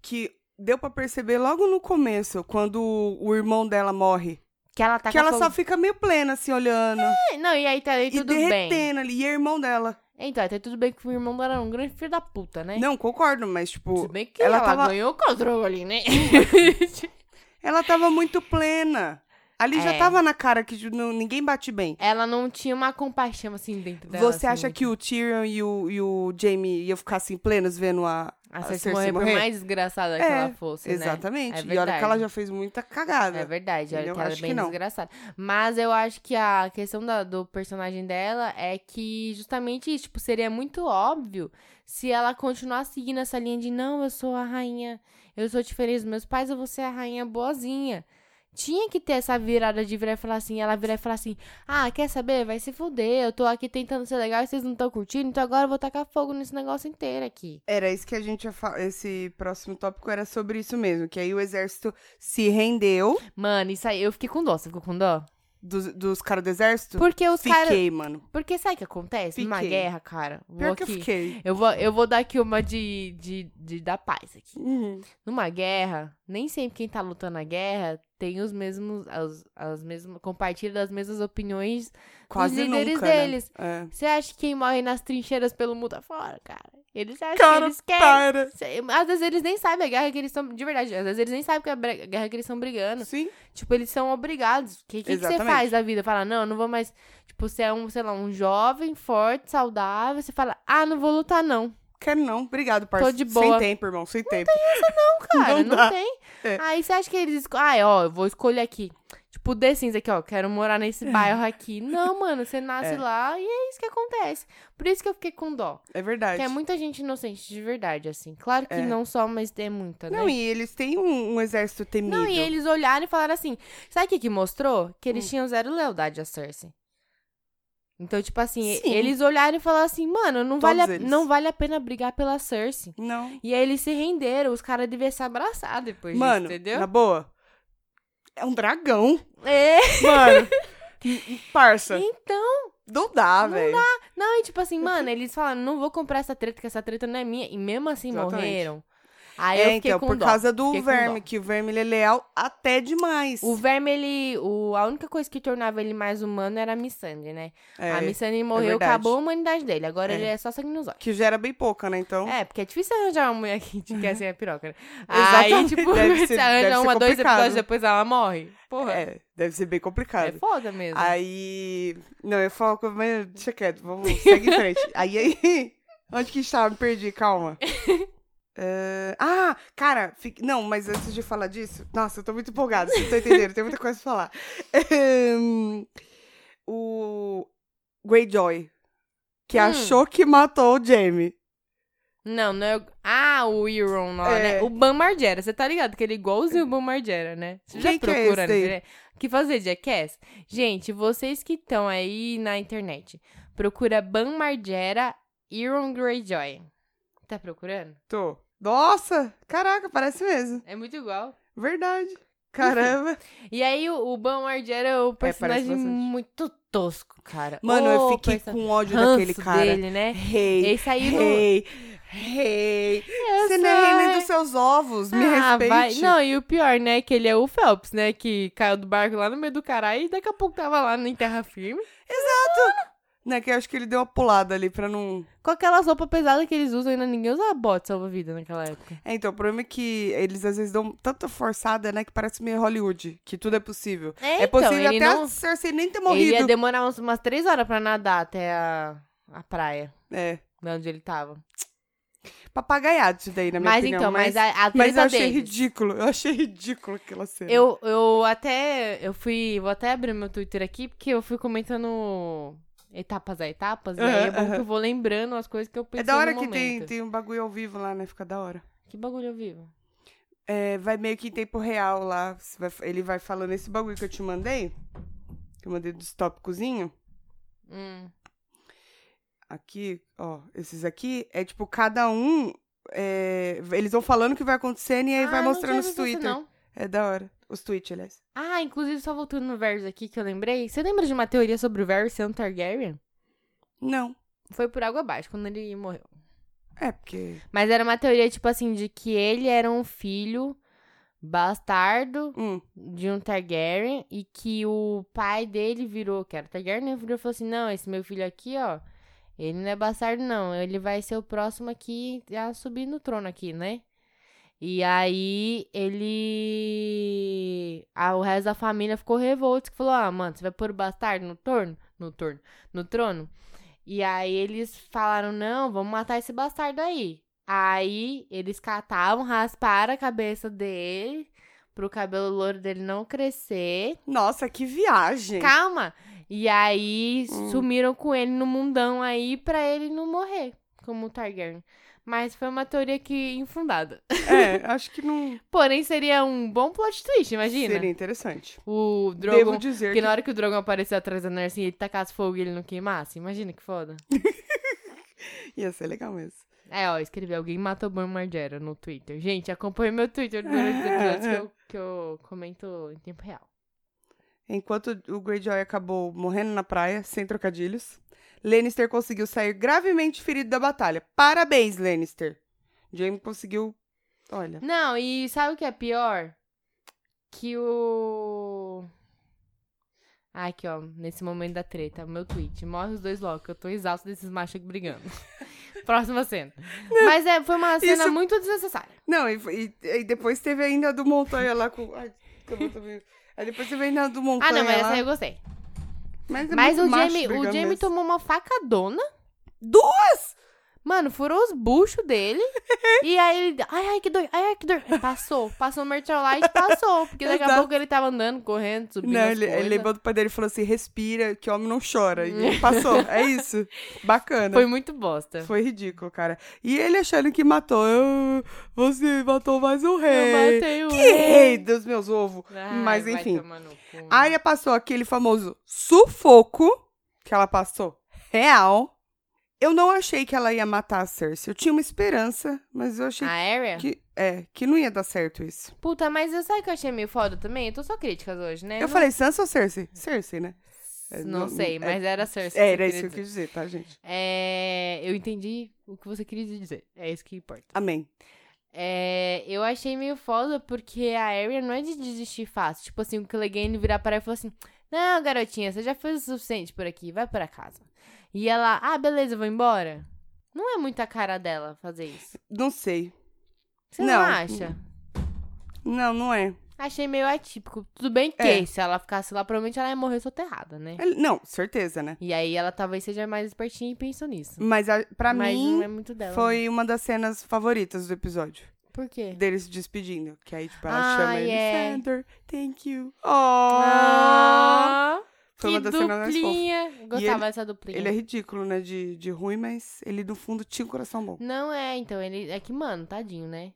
Speaker 2: que deu pra perceber logo no começo, quando o irmão dela morre.
Speaker 1: Que ela tá
Speaker 2: que ela só fica meio plena, assim, olhando.
Speaker 1: Não, e aí tá aí
Speaker 2: e
Speaker 1: tudo
Speaker 2: derretendo
Speaker 1: bem.
Speaker 2: ali. E é irmão dela.
Speaker 1: Então, aí tá tudo bem que o irmão dela era um grande filho da puta, né?
Speaker 2: Não, concordo, mas,
Speaker 1: Se
Speaker 2: tipo,
Speaker 1: bem que
Speaker 2: ela
Speaker 1: ela,
Speaker 2: tava-
Speaker 1: ganhou o controle, né?
Speaker 2: ela tava muito plena. Ali já
Speaker 1: É.
Speaker 2: tava na cara que ju- não- ninguém bate bem.
Speaker 1: Ela não tinha uma compaixão assim dentro dela.
Speaker 2: Você acha
Speaker 1: assim,
Speaker 2: que o Tyrion e o, e o Jamie iam ficar assim plenos vendo a.
Speaker 1: a
Speaker 2: a
Speaker 1: Cersei
Speaker 2: Cersei
Speaker 1: morrer,
Speaker 2: morrer?
Speaker 1: por mais desgraçada que
Speaker 2: É,
Speaker 1: ela fosse, né?
Speaker 2: Exatamente.
Speaker 1: É
Speaker 2: e olha que
Speaker 1: verdade.
Speaker 2: ela já fez muita cagada.
Speaker 1: É verdade, olha
Speaker 2: Entendeu?
Speaker 1: que ela
Speaker 2: Acho
Speaker 1: é
Speaker 2: que
Speaker 1: bem
Speaker 2: não.
Speaker 1: desgraçada. Mas eu acho que a questão da- do personagem dela é que justamente, tipo, seria muito óbvio se ela continuasse seguindo essa linha de não, eu sou a rainha, eu sou diferente dos meus pais, eu vou ser a rainha boazinha. Tinha que ter essa virada de virar e falar assim, ela virar e falar assim, ah, quer saber? Vai se fuder, eu tô aqui tentando ser legal e vocês não estão curtindo, então agora eu vou tacar fogo nesse negócio inteiro aqui.
Speaker 2: Era isso que a gente ia falar. Esse próximo tópico era sobre isso mesmo. Que aí o exército se rendeu
Speaker 1: Mano, isso aí, eu fiquei com dó, você ficou com dó?
Speaker 2: dos, dos caras do exército.
Speaker 1: Porque os caras...
Speaker 2: Fiquei, mano.
Speaker 1: Porque sabe o que acontece? Numa
Speaker 2: Fiquei.
Speaker 1: guerra, cara. Vou
Speaker 2: Pior
Speaker 1: aqui.
Speaker 2: que eu fiquei.
Speaker 1: Eu vou, eu vou dar aqui uma de, de, de dar paz aqui.
Speaker 2: Uhum.
Speaker 1: Numa guerra, nem sempre quem tá lutando a guerra tem os mesmos. As, as mesmas, compartilha das mesmas opiniões.
Speaker 2: Quase
Speaker 1: líderes
Speaker 2: nunca,
Speaker 1: deles.
Speaker 2: Né? É.
Speaker 1: Você acha que quem morre nas trincheiras pelo mundo afora, cara? Eles acham que
Speaker 2: Cara, tá.
Speaker 1: eles querem.
Speaker 2: Para.
Speaker 1: Cê- Às vezes eles nem sabem a guerra que eles estão. De verdade, às vezes eles nem sabem que é a bre- guerra que eles estão brigando.
Speaker 2: Sim.
Speaker 1: Tipo, eles são obrigados. O que, que, que você
Speaker 2: Exatamente.
Speaker 1: faz da vida? Fala, não, eu não vou mais. Tipo, você é um, sei lá, um jovem, forte, saudável. Você fala, ah, não vou lutar, não.
Speaker 2: Quero não. Obrigado, parceiro.
Speaker 1: de boa.
Speaker 2: Sem tempo, irmão. Sem tempo.
Speaker 1: Cara,
Speaker 2: Não
Speaker 1: não,
Speaker 2: dá.
Speaker 1: tem.
Speaker 2: É.
Speaker 1: Aí você acha que eles. esco- Ah, ó, eu vou escolher aqui. Tipo, The Sims aqui, ó. Quero morar nesse bairro aqui. Não, mano, você nasce
Speaker 2: É.
Speaker 1: lá e é isso que acontece. Por isso que eu fiquei com dó.
Speaker 2: É verdade.
Speaker 1: Porque é muita gente inocente, de verdade, assim. Claro que
Speaker 2: É.
Speaker 1: não só, mas tem muita, né?
Speaker 2: Não, e eles têm um, um exército temido.
Speaker 1: Não, e eles olharam e falaram assim. Sabe o que, que mostrou? Que
Speaker 2: Hum.
Speaker 1: eles tinham zero lealdade a Cersei. Então, tipo assim, e-
Speaker 2: Sim.
Speaker 1: eles olharam e falaram assim, mano, não
Speaker 2: Todos
Speaker 1: vale, a,
Speaker 2: eles.
Speaker 1: não vale a pena brigar pela Cersei.
Speaker 2: Não.
Speaker 1: E aí eles se renderam, os caras deviam se abraçar depois
Speaker 2: Mano,
Speaker 1: disso, entendeu?
Speaker 2: na boa, é um dragão.
Speaker 1: É.
Speaker 2: Mano, parça,
Speaker 1: Então,
Speaker 2: não dá,
Speaker 1: Não
Speaker 2: velho.
Speaker 1: não, e tipo assim, mano, eles falaram, não vou comprar essa treta, que essa treta não é minha. E mesmo assim
Speaker 2: Exatamente.
Speaker 1: morreram. Aí eu
Speaker 2: É,
Speaker 1: fiquei
Speaker 2: então,
Speaker 1: com
Speaker 2: por
Speaker 1: dó.
Speaker 2: causa do
Speaker 1: Fiquei com
Speaker 2: verme,
Speaker 1: dó.
Speaker 2: que o verme ele é leal até demais.
Speaker 1: O verme, ele. O, a única coisa que tornava ele mais humano era a Missandei, né?
Speaker 2: É,
Speaker 1: a Missandei morreu,
Speaker 2: verdade.
Speaker 1: acabou a humanidade dele. Agora
Speaker 2: É.
Speaker 1: ele é só sangue nos olhos.
Speaker 2: que já era bem pouca, né? Então,
Speaker 1: É, porque é difícil arranjar uma mulher que te quer sem a piroca, né? Aí,
Speaker 2: Exatamente,
Speaker 1: tipo,
Speaker 2: deve
Speaker 1: você
Speaker 2: ser- deve
Speaker 1: arranja
Speaker 2: ser
Speaker 1: uma, dois
Speaker 2: complicado.
Speaker 1: episódios depois ela morre. Porra, é,
Speaker 2: é, deve ser bem complicado.
Speaker 1: foda mesmo.
Speaker 2: Aí. Não, eu falo com. Mas deixa quieto, vamos. Segue em frente. aí, aí. Onde que estava? Me perdi, calma. Eh, ah, cara, fique- não, mas antes de falar disso. Nossa, eu tô muito empolgada, vocês não estão entendendo, tem muita coisa pra falar. Ehm, o Greyjoy, que
Speaker 1: Hum.
Speaker 2: achou que matou o Jamie.
Speaker 1: Não, não é. o- Ah, o Euron lá,
Speaker 2: É.
Speaker 1: né? O Ban Margera. Você tá ligado que ele é igualzinho o Ban Margera, né? Você já
Speaker 2: Quem que é
Speaker 1: procura,
Speaker 2: esse
Speaker 1: né? O que fazer, Jackass? Gente, vocês que estão aí na internet, procura Ban Margera Euron Greyjoy. Tá procurando?
Speaker 2: Tô. Nossa, caraca, parece mesmo.
Speaker 1: É muito igual.
Speaker 2: Verdade. Caramba.
Speaker 1: E aí, o, o Ban Margera é um
Speaker 2: parece
Speaker 1: personagem
Speaker 2: bastante.
Speaker 1: muito tosco, cara.
Speaker 2: Mano, eu
Speaker 1: Ô,
Speaker 2: fiquei
Speaker 1: perso-
Speaker 2: com ódio
Speaker 1: ranço
Speaker 2: daquele cara.
Speaker 1: dele, né?
Speaker 2: Rei,
Speaker 1: Esse aí não.
Speaker 2: Rei, rei.
Speaker 1: Eu
Speaker 2: Você não é rei nem
Speaker 1: sei.
Speaker 2: dos seus ovos, me
Speaker 1: Ah,
Speaker 2: respeite.
Speaker 1: vai- Não, e o pior, né? Que ele é o Phelps, né? Que caiu do barco lá no meio do caralho e daqui a pouco tava lá em terra firme.
Speaker 2: Né, que eu acho que ele deu uma pulada ali pra não...
Speaker 1: Com aquelas roupas pesadas que eles usam, ainda ninguém usava bote salva-vida naquela época.
Speaker 2: É, então, o problema é que eles às vezes dão tanta forçada, né, que parece meio Hollywood, que tudo é possível.
Speaker 1: É,
Speaker 2: é possível
Speaker 1: ele
Speaker 2: até
Speaker 1: não...
Speaker 2: a Cersei nem ter
Speaker 1: Ele é
Speaker 2: morrido.
Speaker 1: ia demorar umas, umas três horas pra nadar até a, a praia,
Speaker 2: É,
Speaker 1: de onde ele tava.
Speaker 2: papagaiado isso daí, na minha
Speaker 1: Mas
Speaker 2: opinião.
Speaker 1: então, mas,
Speaker 2: mas,
Speaker 1: a, a
Speaker 2: mas
Speaker 1: treta
Speaker 2: eu achei
Speaker 1: deles-
Speaker 2: ridículo, eu achei ridículo aquela cena.
Speaker 1: Eu, eu até. Eu fui. Vou até abrir meu Twitter aqui, porque eu fui comentando etapas a etapas. E aí é bom
Speaker 2: Aham,
Speaker 1: que eu vou lembrando as coisas que eu pensei
Speaker 2: É da hora
Speaker 1: tipo, no
Speaker 2: que tem,
Speaker 1: momento.
Speaker 2: tem um bagulho ao vivo lá, né, fica da hora.
Speaker 1: Que bagulho ao vivo.
Speaker 2: É, vai meio que em tempo real lá. Você vai- Ele vai falando esse bagulho que eu te mandei. Que eu mandei dos tópicozinho.
Speaker 1: Hum.
Speaker 2: Aqui, ó. Esses aqui é tipo, cada um. é, eles vão falando o que vai acontecendo e aí
Speaker 1: Ah,
Speaker 2: vai
Speaker 1: não
Speaker 2: mostrando
Speaker 1: tinha
Speaker 2: os
Speaker 1: visto isso,
Speaker 2: Twitter.
Speaker 1: não.
Speaker 2: É da hora. Os tweets, aliás.
Speaker 1: Ah, inclusive, só voltando no Varys aqui que eu lembrei. Você lembra de uma teoria sobre o Varys ser um Targaryen?
Speaker 2: Não.
Speaker 1: Foi por água abaixo, quando ele morreu.
Speaker 2: É, porque.
Speaker 1: Mas era uma teoria, tipo assim, de que ele era um filho bastardo
Speaker 2: Hum,
Speaker 1: de um Targaryen e que o pai dele virou, que era Targaryen, né? virou e falou assim, não, esse meu filho aqui, ó, ele não é bastardo não, ele vai ser o próximo aqui a subir no trono aqui, né? E aí ele. Ah, o resto da família ficou revolto. Que falou: Ah, mano, você vai pôr o bastardo no torno? No torno. No trono. E aí eles falaram: Não, vamos matar esse bastardo aí. Aí eles catavam, rasparam a cabeça dele. Pro cabelo louro dele não crescer.
Speaker 2: Nossa, que viagem.
Speaker 1: Calma! E aí
Speaker 2: Hum.
Speaker 1: sumiram com ele no mundão aí pra ele não morrer, como o Targaryen. Mas foi uma teoria que infundada.
Speaker 2: É, acho que não
Speaker 1: Porém, seria um bom plot twist, imagina.
Speaker 2: seria interessante.
Speaker 1: O
Speaker 2: Devo
Speaker 1: Drogon.
Speaker 2: dizer
Speaker 1: Porque
Speaker 2: que...
Speaker 1: na hora que o Drogon apareceu atrás da Narcinha e ele tacasse fogo e ele não queimasse, imagina que foda.
Speaker 2: ia ser legal mesmo.
Speaker 1: É, ó, escrevi, alguém matou Bram Margera no Twitter. Gente, acompanhe meu Twitter durante os episódios que eu, que eu comento em tempo real.
Speaker 2: Enquanto o Greyjoy acabou morrendo na praia, sem trocadilhos, Lannister conseguiu sair gravemente ferido da batalha. Parabéns, Lannister. Jaime conseguiu... Olha,
Speaker 1: Não, e sabe o que é pior? Que o. Ah, aqui, ó, nesse momento da treta, meu tweet. Morre os dois logo, que eu tô exausto desses machos aqui brigando. Próxima cena. Mas é, foi uma cena
Speaker 2: Isso-
Speaker 1: muito desnecessária.
Speaker 2: Não, e, foi- e- e depois teve ainda a do Montanha lá com. Ai, que eu não tô vendo. Aí depois teve ainda a do Montanha.
Speaker 1: Ah, não, mas
Speaker 2: lá.
Speaker 1: essa aí eu gostei.
Speaker 2: Mas, é
Speaker 1: Mas o
Speaker 2: muito macho assim.
Speaker 1: Jamie, o
Speaker 2: brigando
Speaker 1: Jamie
Speaker 2: mesmo.
Speaker 1: tomou uma facadona.
Speaker 2: Duas!
Speaker 1: Mano, furou os buchos dele. e aí ele. Ai, ai, que dor, ai, ai, que dor. Passou. Passou no Meteor Light, passou. Porque daqui a
Speaker 2: Exato.
Speaker 1: pouco ele tava andando, correndo, subindo.
Speaker 2: Não,
Speaker 1: as
Speaker 2: ele, ele
Speaker 1: coisas.
Speaker 2: lembrou do pai dele e falou assim: respira, que homem não chora. E ele passou. é isso. Bacana.
Speaker 1: Foi muito bosta.
Speaker 2: Foi ridículo, cara. E ele achando que matou. Eu- Você matou mais um
Speaker 1: Eu
Speaker 2: rei.
Speaker 1: matei o
Speaker 2: Que
Speaker 1: É.
Speaker 2: rei dos meus ovos.
Speaker 1: Ai,
Speaker 2: Mas
Speaker 1: vai
Speaker 2: enfim.
Speaker 1: tomar no cu.
Speaker 2: A Arya passou aquele famoso sufoco que ela passou real. Eu não achei que ela ia matar a Cersei. Eu tinha uma esperança, mas eu achei
Speaker 1: A Arya?
Speaker 2: que é, que não ia dar certo isso.
Speaker 1: Puta, mas eu sabe que eu achei meio foda também? Eu tô só críticas hoje, né?
Speaker 2: Eu
Speaker 1: Não-
Speaker 2: falei Sansa ou Cersei? Cersei, né? é,
Speaker 1: Não,
Speaker 2: não-
Speaker 1: sei,
Speaker 2: é-
Speaker 1: mas era Cersei.
Speaker 2: É,
Speaker 1: que
Speaker 2: era
Speaker 1: eu
Speaker 2: isso que
Speaker 1: queria
Speaker 2: eu quis dizer, tá, gente?
Speaker 1: dizer. É, eu entendi o que você queria dizer. É isso que importa.
Speaker 2: Amém.
Speaker 1: É, eu achei meio foda porque a Arya não é de desistir fácil. Tipo assim, o Clegane virar para ela e falar assim: Não, garotinha, você já fez o suficiente por aqui, vai para casa. E ela, ah, beleza, eu vou embora. Não é muito a cara dela fazer isso.
Speaker 2: Não sei.
Speaker 1: Você não
Speaker 2: Não.
Speaker 1: acha?
Speaker 2: Não, não é.
Speaker 1: Achei meio atípico. Tudo bem que
Speaker 2: É.
Speaker 1: se ela ficasse lá, provavelmente ela ia morrer soterrada, né?
Speaker 2: Ele- Não, certeza, né?
Speaker 1: E aí ela talvez seja mais espertinha e pensou nisso.
Speaker 2: Mas a, pra
Speaker 1: Mas
Speaker 2: mim
Speaker 1: não é muito dela. né?
Speaker 2: foi uma das cenas favoritas do episódio.
Speaker 1: Por quê?
Speaker 2: Deles se despedindo. Que aí, tipo, ela
Speaker 1: Ah,
Speaker 2: chama
Speaker 1: é.
Speaker 2: ele. Sandor, thank you. Oh!
Speaker 1: Ah,
Speaker 2: Foi
Speaker 1: que
Speaker 2: uma das cenas mais fofas.
Speaker 1: duplinha! Gostava
Speaker 2: ele-
Speaker 1: dessa duplinha.
Speaker 2: Ele é ridículo, né? De, de ruim, mas ele no fundo tinha um coração bom.
Speaker 1: Não é, então, ele... É que, mano, tadinho, né?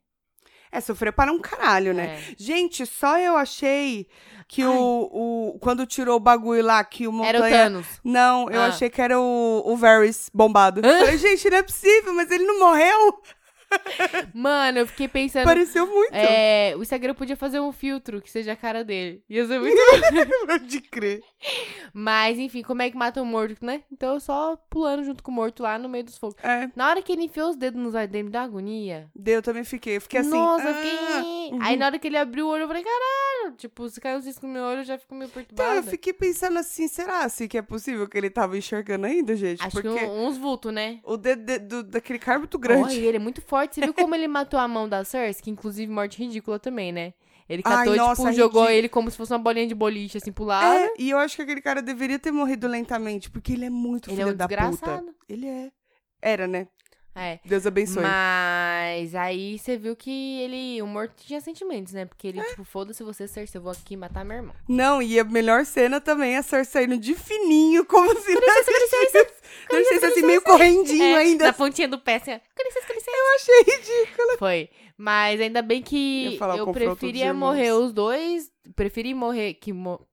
Speaker 2: É, sofreu para um caralho, né?
Speaker 1: É.
Speaker 2: Gente, só eu achei que
Speaker 1: Ai.
Speaker 2: o, o. Quando tirou o bagulho lá, que o
Speaker 1: Era o
Speaker 2: Montanha.
Speaker 1: Thanos.
Speaker 2: Não, eu
Speaker 1: Ah.
Speaker 2: achei que era o, o Varys bombado.
Speaker 1: Hã?
Speaker 2: Falei, gente, não é possível, mas ele não morreu?
Speaker 1: Mano, eu fiquei pensando...
Speaker 2: Pareceu muito. então.
Speaker 1: É, o Instagram podia fazer um filtro que seja a cara dele. Ia ser muito...
Speaker 2: De crer.
Speaker 1: Mas, enfim, como é que mata o morto, né? Então, eu só pulando junto com o morto lá no meio dos fogos.
Speaker 2: É.
Speaker 1: Na hora que ele enfiou os dedos nos olhos dele, me deu agonia.
Speaker 2: Daí eu também fiquei. Eu fiquei assim.
Speaker 1: Nossa, eu
Speaker 2: "Ah".
Speaker 1: fiquei. Aí na hora que ele abriu o olho, eu falei, caralho. Tipo, se caiu um cisco no meu olho, eu já fico meio
Speaker 2: Então,
Speaker 1: perturbada.
Speaker 2: eu fiquei pensando assim, será assim que é possível que ele tava enxergando ainda, gente?
Speaker 1: Acho
Speaker 2: Porque
Speaker 1: que um- uns vultos, né?
Speaker 2: o dedo de- do- daquele cara é muito
Speaker 1: Olha,
Speaker 2: grande.
Speaker 1: ele é muito forte. Você viu como ele matou a mão da Cersei? Que inclusive morte ridícula também, né? Ele
Speaker 2: Ai,
Speaker 1: catou,
Speaker 2: nossa,
Speaker 1: tipo, jogou
Speaker 2: ridículo.
Speaker 1: ele como se fosse uma bolinha de boliche, assim, pro lado.
Speaker 2: É, e eu acho que aquele cara deveria ter morrido lentamente, porque ele é muito
Speaker 1: ele é
Speaker 2: filho
Speaker 1: um
Speaker 2: da
Speaker 1: desgraçado.
Speaker 2: puta. Ele é. Era, né?
Speaker 1: É.
Speaker 2: Deus abençoe.
Speaker 1: Mas aí você viu que ele, o morto tinha sentimentos, né? Porque ele,
Speaker 2: É.
Speaker 1: tipo, foda-se você, Cersei, eu vou aqui matar meu irmão.
Speaker 2: Não, e a melhor cena também é a Cersei indo de fininho, como se não existisse. Não existisse, assim, meio correndinho
Speaker 1: É,
Speaker 2: ainda.
Speaker 1: Na pontinha do pé, assim, ó. Com licença, com licença.
Speaker 2: Eu achei ridículo.
Speaker 1: Foi. Mas ainda bem
Speaker 2: Eu
Speaker 1: que
Speaker 2: ia
Speaker 1: eu,
Speaker 2: falar o confronto dos
Speaker 1: preferia
Speaker 2: irmãos.
Speaker 1: morrer os dois. Preferi morrer que. mo-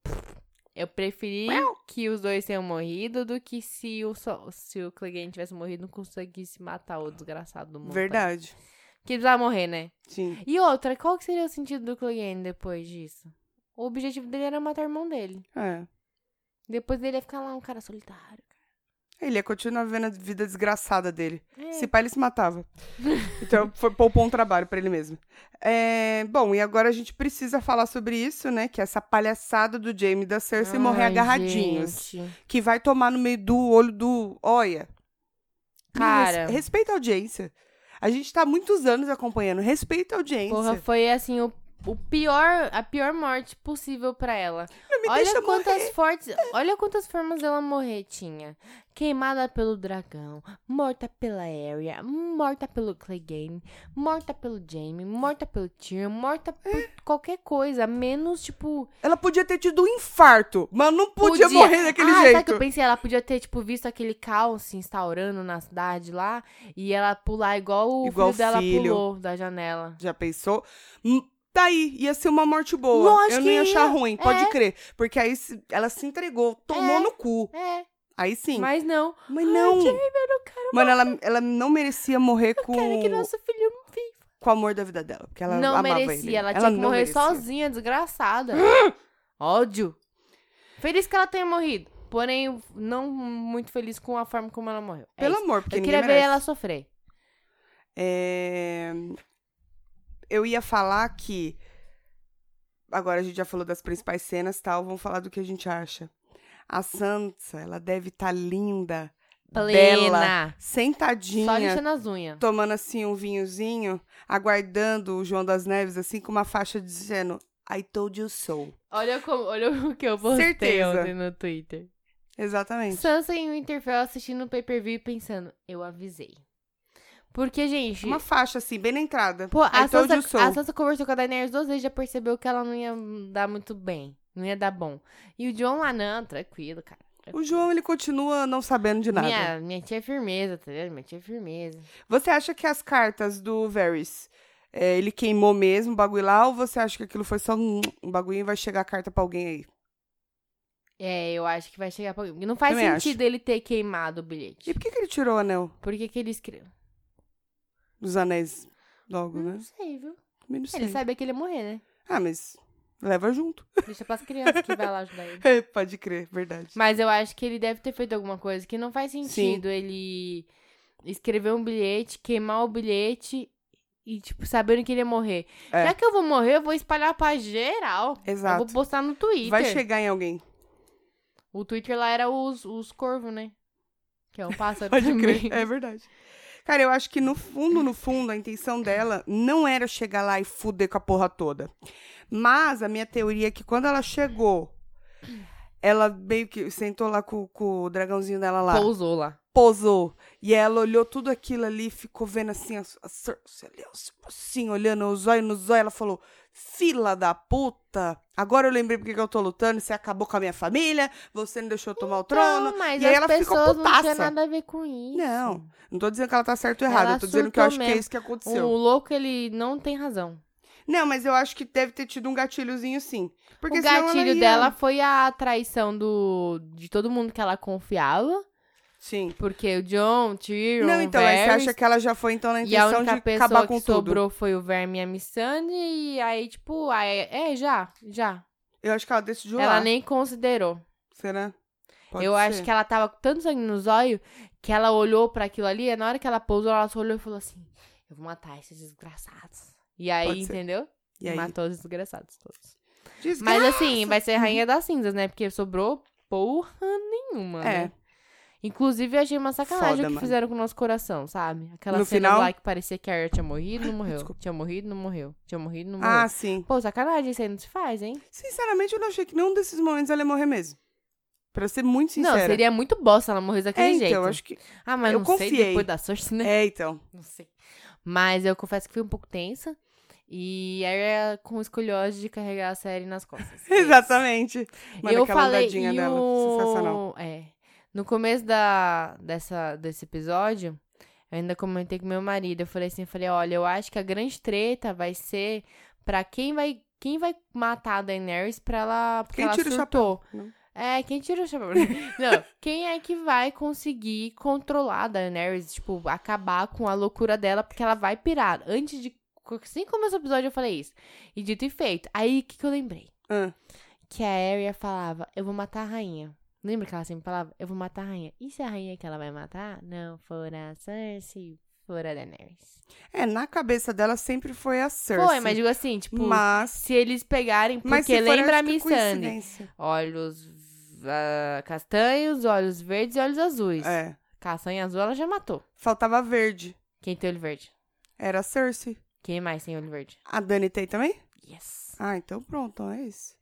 Speaker 1: Eu preferi que os dois tenham morrido do que se o, so- se o Clegane tivesse morrido não conseguisse matar o desgraçado do mundo.
Speaker 2: Verdade.
Speaker 1: Que precisava morrer, né?
Speaker 2: Sim.
Speaker 1: E outra, qual que seria o sentido do Clegane depois disso? O objetivo dele era matar o irmão dele.
Speaker 2: É.
Speaker 1: Depois dele ia ficar lá um cara solitário.
Speaker 2: Ele ia continuar vivendo a vida desgraçada dele.
Speaker 1: É.
Speaker 2: Se pá, ele se matava. Então, foi, poupou um trabalho pra ele mesmo. É, bom, e agora a gente precisa falar sobre isso, né? Que é essa palhaçada do Jamie e da Cersei morrer
Speaker 1: É. Ai,
Speaker 2: agarradinhos.
Speaker 1: gente.
Speaker 2: Que vai tomar no meio do olho do... Olha.
Speaker 1: Cara.
Speaker 2: Res- Respeita a audiência. A gente tá há muitos anos acompanhando. Respeita a audiência.
Speaker 1: Porra, foi assim o, o pior, a pior morte possível pra ela.
Speaker 2: Não me deixa
Speaker 1: Olha quantas
Speaker 2: morrer.
Speaker 1: fortes, olha quantas formas ela morrer tinha. Queimada pelo dragão, morta pela Arya, morta pelo Clegane, morta pelo Jaime, morta pelo Tyrion, morta por
Speaker 2: É.
Speaker 1: qualquer coisa, menos tipo
Speaker 2: Ela podia ter tido um infarto, mas não podia, morrer daquele
Speaker 1: ah, Sabe o que
Speaker 2: jeito.
Speaker 1: eu pensei? Ela podia ter, tipo, visto aquele caos se instaurando na cidade lá e ela pular igual o
Speaker 2: Igual
Speaker 1: filho dela
Speaker 2: filho.
Speaker 1: pulou da janela.
Speaker 2: Já pensou? Hum, Tá aí, ia ser uma morte boa.
Speaker 1: Lógico
Speaker 2: eu não ia
Speaker 1: que
Speaker 2: achar
Speaker 1: ia.
Speaker 2: ruim, pode
Speaker 1: É.
Speaker 2: crer. Porque aí se- ela se entregou, tomou
Speaker 1: É.
Speaker 2: no cu.
Speaker 1: É,
Speaker 2: Aí sim.
Speaker 1: mas
Speaker 2: Mas,
Speaker 1: não.
Speaker 2: não.
Speaker 1: Ai, Jamie, eu não quero
Speaker 2: Mano, ela, ela não merecia morrer com,
Speaker 1: quero que nosso filho viva.
Speaker 2: com o amor da vida dela. Porque ela
Speaker 1: não
Speaker 2: amava
Speaker 1: merecia.
Speaker 2: ele.
Speaker 1: Ela tinha que
Speaker 2: não
Speaker 1: morrer
Speaker 2: merecia.
Speaker 1: sozinha, desgraçada. Ódio. Feliz que ela tenha morrido. Porém, não muito feliz com a forma como ela morreu. É
Speaker 2: Pelo
Speaker 1: isso.
Speaker 2: amor, porque
Speaker 1: Eu
Speaker 2: ninguém
Speaker 1: queria ver
Speaker 2: merece.
Speaker 1: ela sofrer.
Speaker 2: É, Eu ia falar que. Agora a gente já falou das principais cenas e tal, vamos falar do que a gente acha. A Sansa, ela deve estar linda, bela,
Speaker 1: Plena. Só
Speaker 2: sentadinha,
Speaker 1: lixando as unhas.
Speaker 2: tomando assim um vinhozinho, aguardando o João das Neves, assim, com uma faixa dizendo: I told you so.
Speaker 1: Olha, como, olha o que eu postei
Speaker 2: Certeza.
Speaker 1: ontem no Twitter.
Speaker 2: Exatamente.
Speaker 1: Sansa em Winterfell assistindo o pay-per-view e pensando, eu avisei. Porque, gente...
Speaker 2: Uma faixa assim, bem na entrada.
Speaker 1: Pô, a
Speaker 2: I told you so.
Speaker 1: Sansa, a Sansa conversou com a Daenerys duas vezes e já percebeu que ela não ia dar muito bem. Não ia dar bom. E o John lá, não, tranquilo, cara.
Speaker 2: O João, ele continua não sabendo de nada.
Speaker 1: Minha, minha tia é firmeza, tá ligado? Minha tia é firmeza.
Speaker 2: Você acha que as cartas do Varys, é, ele queimou mesmo o bagulho lá, ou você acha que aquilo foi só um, um bagulho e vai chegar a carta pra alguém aí?
Speaker 1: É, eu acho que vai chegar pra... Não faz
Speaker 2: Também acho.
Speaker 1: sentido ele ter queimado o bilhete.
Speaker 2: E por que, que ele tirou o anel
Speaker 1: Por que que ele escreveu?
Speaker 2: dos anéis logo,
Speaker 1: Não
Speaker 2: né?
Speaker 1: sei, viu?
Speaker 2: Também não sei.
Speaker 1: Hum. Ele sabia que ele ia morrer, né?
Speaker 2: Ah, mas leva junto.
Speaker 1: Deixa pras crianças que vai lá ajudar ele.
Speaker 2: É, Pode crer, verdade.
Speaker 1: Mas eu acho que ele deve ter feito alguma coisa que não faz sentido ele escrever um bilhete, queimar o bilhete e, tipo, sabendo que ele ia morrer.
Speaker 2: É.
Speaker 1: Já que eu vou morrer, eu vou espalhar pra geral. Eu
Speaker 2: Exato.
Speaker 1: vou postar no Twitter.
Speaker 2: Vai chegar em alguém.
Speaker 1: O Twitter lá era os, os corvos, né? Que é um pássaro
Speaker 2: Pode
Speaker 1: também.
Speaker 2: crer, é verdade. Cara, eu acho que no fundo, no fundo, a intenção dela não era chegar lá e fuder com a porra toda. Mas a minha teoria é que quando ela chegou, ela meio que sentou lá com, com o dragãozinho dela lá,
Speaker 1: Pousou lá.
Speaker 2: pousou. E ela olhou tudo aquilo ali, e ficou vendo assim, a, a Cersei ali, assim, assim, olhando os olhos nos olhos. Ela falou: Fila da puta, agora eu lembrei porque que eu tô lutando. Você acabou com a minha família, você não deixou eu tomar o trono.
Speaker 1: Não, mas
Speaker 2: e aí
Speaker 1: as
Speaker 2: ela ficou
Speaker 1: pessoas não tinha
Speaker 2: putaça.
Speaker 1: nada a ver com isso.
Speaker 2: Não. Não tô dizendo que ela tá certa ou errada,
Speaker 1: Ela
Speaker 2: eu tô dizendo que eu acho
Speaker 1: surtou
Speaker 2: que é
Speaker 1: mesmo.
Speaker 2: isso que aconteceu.
Speaker 1: O louco, ele não tem razão.
Speaker 2: Não, mas eu acho que deve ter tido um gatilhozinho sim. Porque
Speaker 1: o
Speaker 2: senão ela
Speaker 1: gatilho
Speaker 2: ia-
Speaker 1: dela foi a traição do, de todo mundo que ela confiava.
Speaker 2: Sim.
Speaker 1: Porque o John, o Tyrion,
Speaker 2: Não, então,
Speaker 1: o
Speaker 2: aí
Speaker 1: Varys,
Speaker 2: você acha que ela já foi então na
Speaker 1: e a
Speaker 2: intenção de
Speaker 1: única pessoa
Speaker 2: acabar com
Speaker 1: que
Speaker 2: tudo.
Speaker 1: sobrou foi o Verme e a Missandei, e aí, tipo, aí, é, já, já.
Speaker 2: Eu acho que ela decidiu
Speaker 1: ela
Speaker 2: lá.
Speaker 1: nem considerou.
Speaker 2: Será?
Speaker 1: Eu acho que ela tava com tanto sangue nos olhos que ela olhou pra aquilo ali, e na hora que ela pousou, ela só olhou e falou assim, eu vou matar esses desgraçados. E aí,
Speaker 2: Pode ser.
Speaker 1: entendeu?
Speaker 2: E aí?
Speaker 1: Matou os desgraçados todos.
Speaker 2: Diz que-
Speaker 1: Mas assim, vai ser Rainha das Cinzas, né? Porque sobrou porra nenhuma,
Speaker 2: É.
Speaker 1: né? Inclusive, eu achei uma sacanagem
Speaker 2: Foda,
Speaker 1: o que
Speaker 2: mano.
Speaker 1: fizeram com o nosso coração, sabe? Aquela
Speaker 2: No
Speaker 1: cena
Speaker 2: final?
Speaker 1: lá que parecia que a Arya tinha morrido não morreu.
Speaker 2: Desculpa.
Speaker 1: Tinha morrido não morreu. Tinha morrido não morreu.
Speaker 2: Ah, sim.
Speaker 1: Pô, sacanagem, isso aí não se faz, hein?
Speaker 2: Sinceramente, eu não achei que nenhum desses momentos ela ia morrer mesmo. Pra ser muito sincera.
Speaker 1: Não, seria muito bosta se ela morresse daquele
Speaker 2: É,
Speaker 1: jeito.
Speaker 2: então, eu acho que...
Speaker 1: Ah, mas
Speaker 2: eu
Speaker 1: não sei,
Speaker 2: confiei.
Speaker 1: depois da sorte, né?
Speaker 2: É, então.
Speaker 1: Não sei. Mas eu confesso que fui um pouco tensa. E a Arya com escolhose de carregar a série nas costas. É isso.
Speaker 2: Exatamente. Mano,
Speaker 1: eu
Speaker 2: aquela
Speaker 1: falei
Speaker 2: andadinha
Speaker 1: e
Speaker 2: dela,
Speaker 1: o-
Speaker 2: sensacional.
Speaker 1: É. No começo da, dessa, desse episódio, eu ainda comentei com meu marido. Eu falei assim, eu falei, olha, eu acho que a grande treta vai ser pra quem vai. Quem vai matar a Daenerys pra ela. Porque
Speaker 2: Quem
Speaker 1: ela
Speaker 2: tira o né?
Speaker 1: surtou.
Speaker 2: não?
Speaker 1: É, quem tira o chapéu? Não, quem é que vai conseguir controlar a Daenerys? Tipo, acabar com a loucura dela, porque ela vai pirar. Antes de. Assim como esse episódio eu falei isso. E dito e feito. Aí, o que, que eu lembrei?
Speaker 2: Ah,
Speaker 1: que a Arya falava, eu vou matar a rainha. Lembra que ela sempre falava, eu vou matar a rainha. E se a rainha que ela vai matar não for a Cersei, for a Daenerys?
Speaker 2: É, na cabeça dela sempre foi a Cersei.
Speaker 1: Foi, mas digo assim, tipo,
Speaker 2: Mas.
Speaker 1: se eles pegarem, porque
Speaker 2: Mas se for,
Speaker 1: lembra a
Speaker 2: acho que é
Speaker 1: Missandei,
Speaker 2: coincidência.
Speaker 1: olhos ah, castanhos, olhos verdes e olhos azuis.
Speaker 2: É.
Speaker 1: Castanha azul ela já matou.
Speaker 2: Faltava verde.
Speaker 1: Quem tem olho verde?
Speaker 2: Era a Cersei.
Speaker 1: Quem mais tem olho verde?
Speaker 2: A Dani tem também?
Speaker 1: Yes.
Speaker 2: Ah, então pronto, é isso.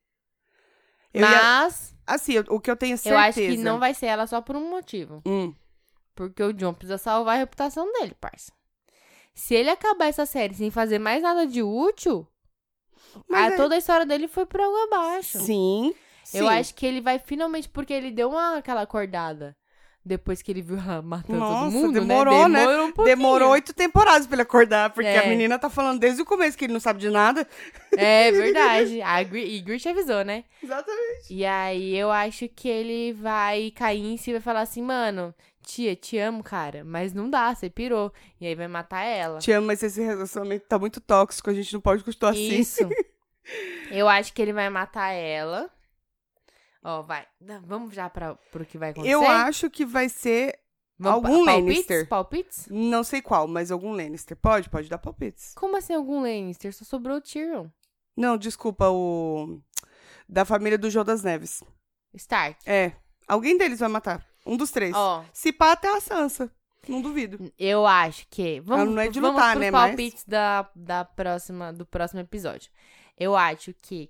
Speaker 2: Eu ia-
Speaker 1: Mas
Speaker 2: Assim, eu- o que eu tenho
Speaker 1: eu
Speaker 2: certeza...
Speaker 1: acho que não vai ser ela só por um motivo.
Speaker 2: Hum,
Speaker 1: Porque o John precisa salvar a reputação dele, parça. Se ele acabar essa série sem fazer mais nada de útil,
Speaker 2: Mas
Speaker 1: a-
Speaker 2: é-
Speaker 1: toda a história dele foi por água abaixo.
Speaker 2: Sim, sim.
Speaker 1: Eu acho que ele vai finalmente, porque ele deu uma, aquela acordada depois que ele viu ela matando todo
Speaker 2: Nossa,
Speaker 1: mundo.
Speaker 2: demorou, né?
Speaker 1: né? Demorou um pouquinho.
Speaker 2: Demorou oito temporadas pra ele acordar, porque
Speaker 1: É.
Speaker 2: a menina tá falando desde o começo que ele não sabe de nada.
Speaker 1: É verdade. A Gri- e Grish avisou, né?
Speaker 2: Exatamente.
Speaker 1: E aí eu acho que ele vai cair em si e vai falar assim, mano, tia, te amo, cara, mas não dá, você pirou. E aí vai matar ela.
Speaker 2: Te amo, mas esse relacionamento tá muito tóxico, a gente não pode continuar assim.
Speaker 1: Isso. Eu acho que ele vai matar ela. Ó, vai. Não, Vamos já pra, pro que vai acontecer?
Speaker 2: Eu acho que vai ser,
Speaker 1: Vamos pa-
Speaker 2: algum
Speaker 1: palpites?
Speaker 2: Lannister.
Speaker 1: Palpites?
Speaker 2: não sei qual, mas algum Lannister. Pode? Pode dar palpites.
Speaker 1: Como assim algum Lannister? Só sobrou o Tyrion.
Speaker 2: Não, desculpa, o. Da família do João das Neves.
Speaker 1: Stark.
Speaker 2: É. Alguém deles vai matar. Um dos três.
Speaker 1: Ó,
Speaker 2: Se pá, até a Sansa. Não duvido.
Speaker 1: eu acho que... Vamos,
Speaker 2: não é de
Speaker 1: vamos
Speaker 2: lutar,
Speaker 1: pro
Speaker 2: né, mas-
Speaker 1: palpites da, da próxima, do próximo episódio. Eu acho que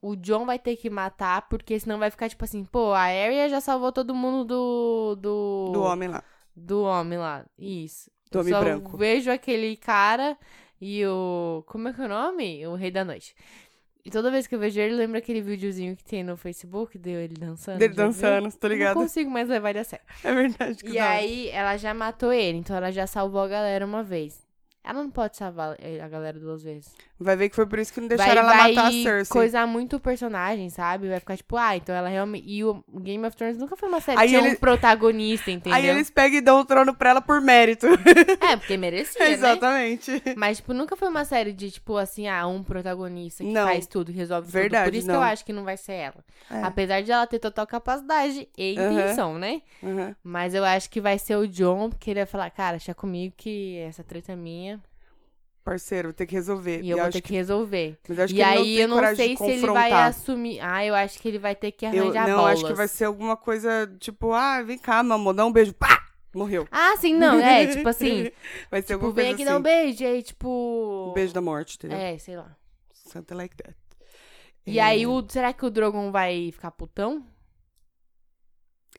Speaker 1: o John vai ter que matar, porque senão vai ficar tipo assim, pô, a Arya já salvou todo mundo do... Do,
Speaker 2: Do homem lá.
Speaker 1: do homem lá. Isso.
Speaker 2: Do
Speaker 1: Eu
Speaker 2: homem
Speaker 1: só
Speaker 2: branco.
Speaker 1: vejo aquele cara e o. Como é que é o nome? O Rei da Noite. E toda vez que eu vejo ele, lembra aquele videozinho que tem no Facebook dele ele dançando?
Speaker 2: Dele
Speaker 1: já viu?
Speaker 2: dançando, tô
Speaker 1: Eu Não
Speaker 2: ligado?
Speaker 1: consigo mais levar ele a sério.
Speaker 2: É verdade. Que
Speaker 1: E
Speaker 2: da hora.
Speaker 1: aí, ela já matou ele, então ela já salvou a galera uma vez. Ela não pode salvar eh, a galera duas vezes.
Speaker 2: Vai ver que foi por isso que não
Speaker 1: Vai,
Speaker 2: deixaram ela
Speaker 1: vai
Speaker 2: matar a Cersei.
Speaker 1: coisar muito o personagem, sabe? Vai ficar tipo, ah, então ela realmente. E o Game of Thrones nunca foi uma série
Speaker 2: Aí
Speaker 1: que tinha um
Speaker 2: ele-
Speaker 1: protagonista, entendeu?
Speaker 2: Aí eles pegam e dão o trono pra ela por mérito.
Speaker 1: É, porque merecia. né?
Speaker 2: Exatamente.
Speaker 1: Mas, tipo, nunca foi uma série de, tipo, assim, ah, um protagonista que
Speaker 2: Não.
Speaker 1: faz tudo, resolve tudo.
Speaker 2: Verdade,
Speaker 1: Por isso
Speaker 2: não.
Speaker 1: que eu acho que não vai ser ela.
Speaker 2: É.
Speaker 1: Apesar de ela ter total capacidade e
Speaker 2: Aham.
Speaker 1: intenção, né?
Speaker 2: Uhum.
Speaker 1: Mas eu acho que vai ser o John, porque ele vai falar, cara, deixa comigo que essa treta é minha
Speaker 2: Parceiro, vou ter que resolver.
Speaker 1: e eu vou
Speaker 2: acho
Speaker 1: ter
Speaker 2: que-
Speaker 1: que resolver.
Speaker 2: Mas acho
Speaker 1: e
Speaker 2: que ele
Speaker 1: aí
Speaker 2: tem
Speaker 1: eu não
Speaker 2: coragem
Speaker 1: sei
Speaker 2: de
Speaker 1: se ele vai
Speaker 2: confrontar.
Speaker 1: assumir. Ah, eu acho que ele vai ter que
Speaker 2: Eu
Speaker 1: arranjar
Speaker 2: não,
Speaker 1: bolas.
Speaker 2: acho que vai ser alguma coisa tipo, ah, vem cá, mamô, dá um beijo. Pá! Morreu.
Speaker 1: Ah, sim, não, é, tipo assim,
Speaker 2: Vai ser
Speaker 1: tipo,
Speaker 2: alguma
Speaker 1: vem
Speaker 2: coisa
Speaker 1: aqui
Speaker 2: assim.
Speaker 1: dar um beijo, e aí, tipo...
Speaker 2: Um beijo da morte, entendeu?
Speaker 1: É, sei lá.
Speaker 2: Something like that.
Speaker 1: E
Speaker 2: É.
Speaker 1: aí, o... será que o Drogon vai ficar putão?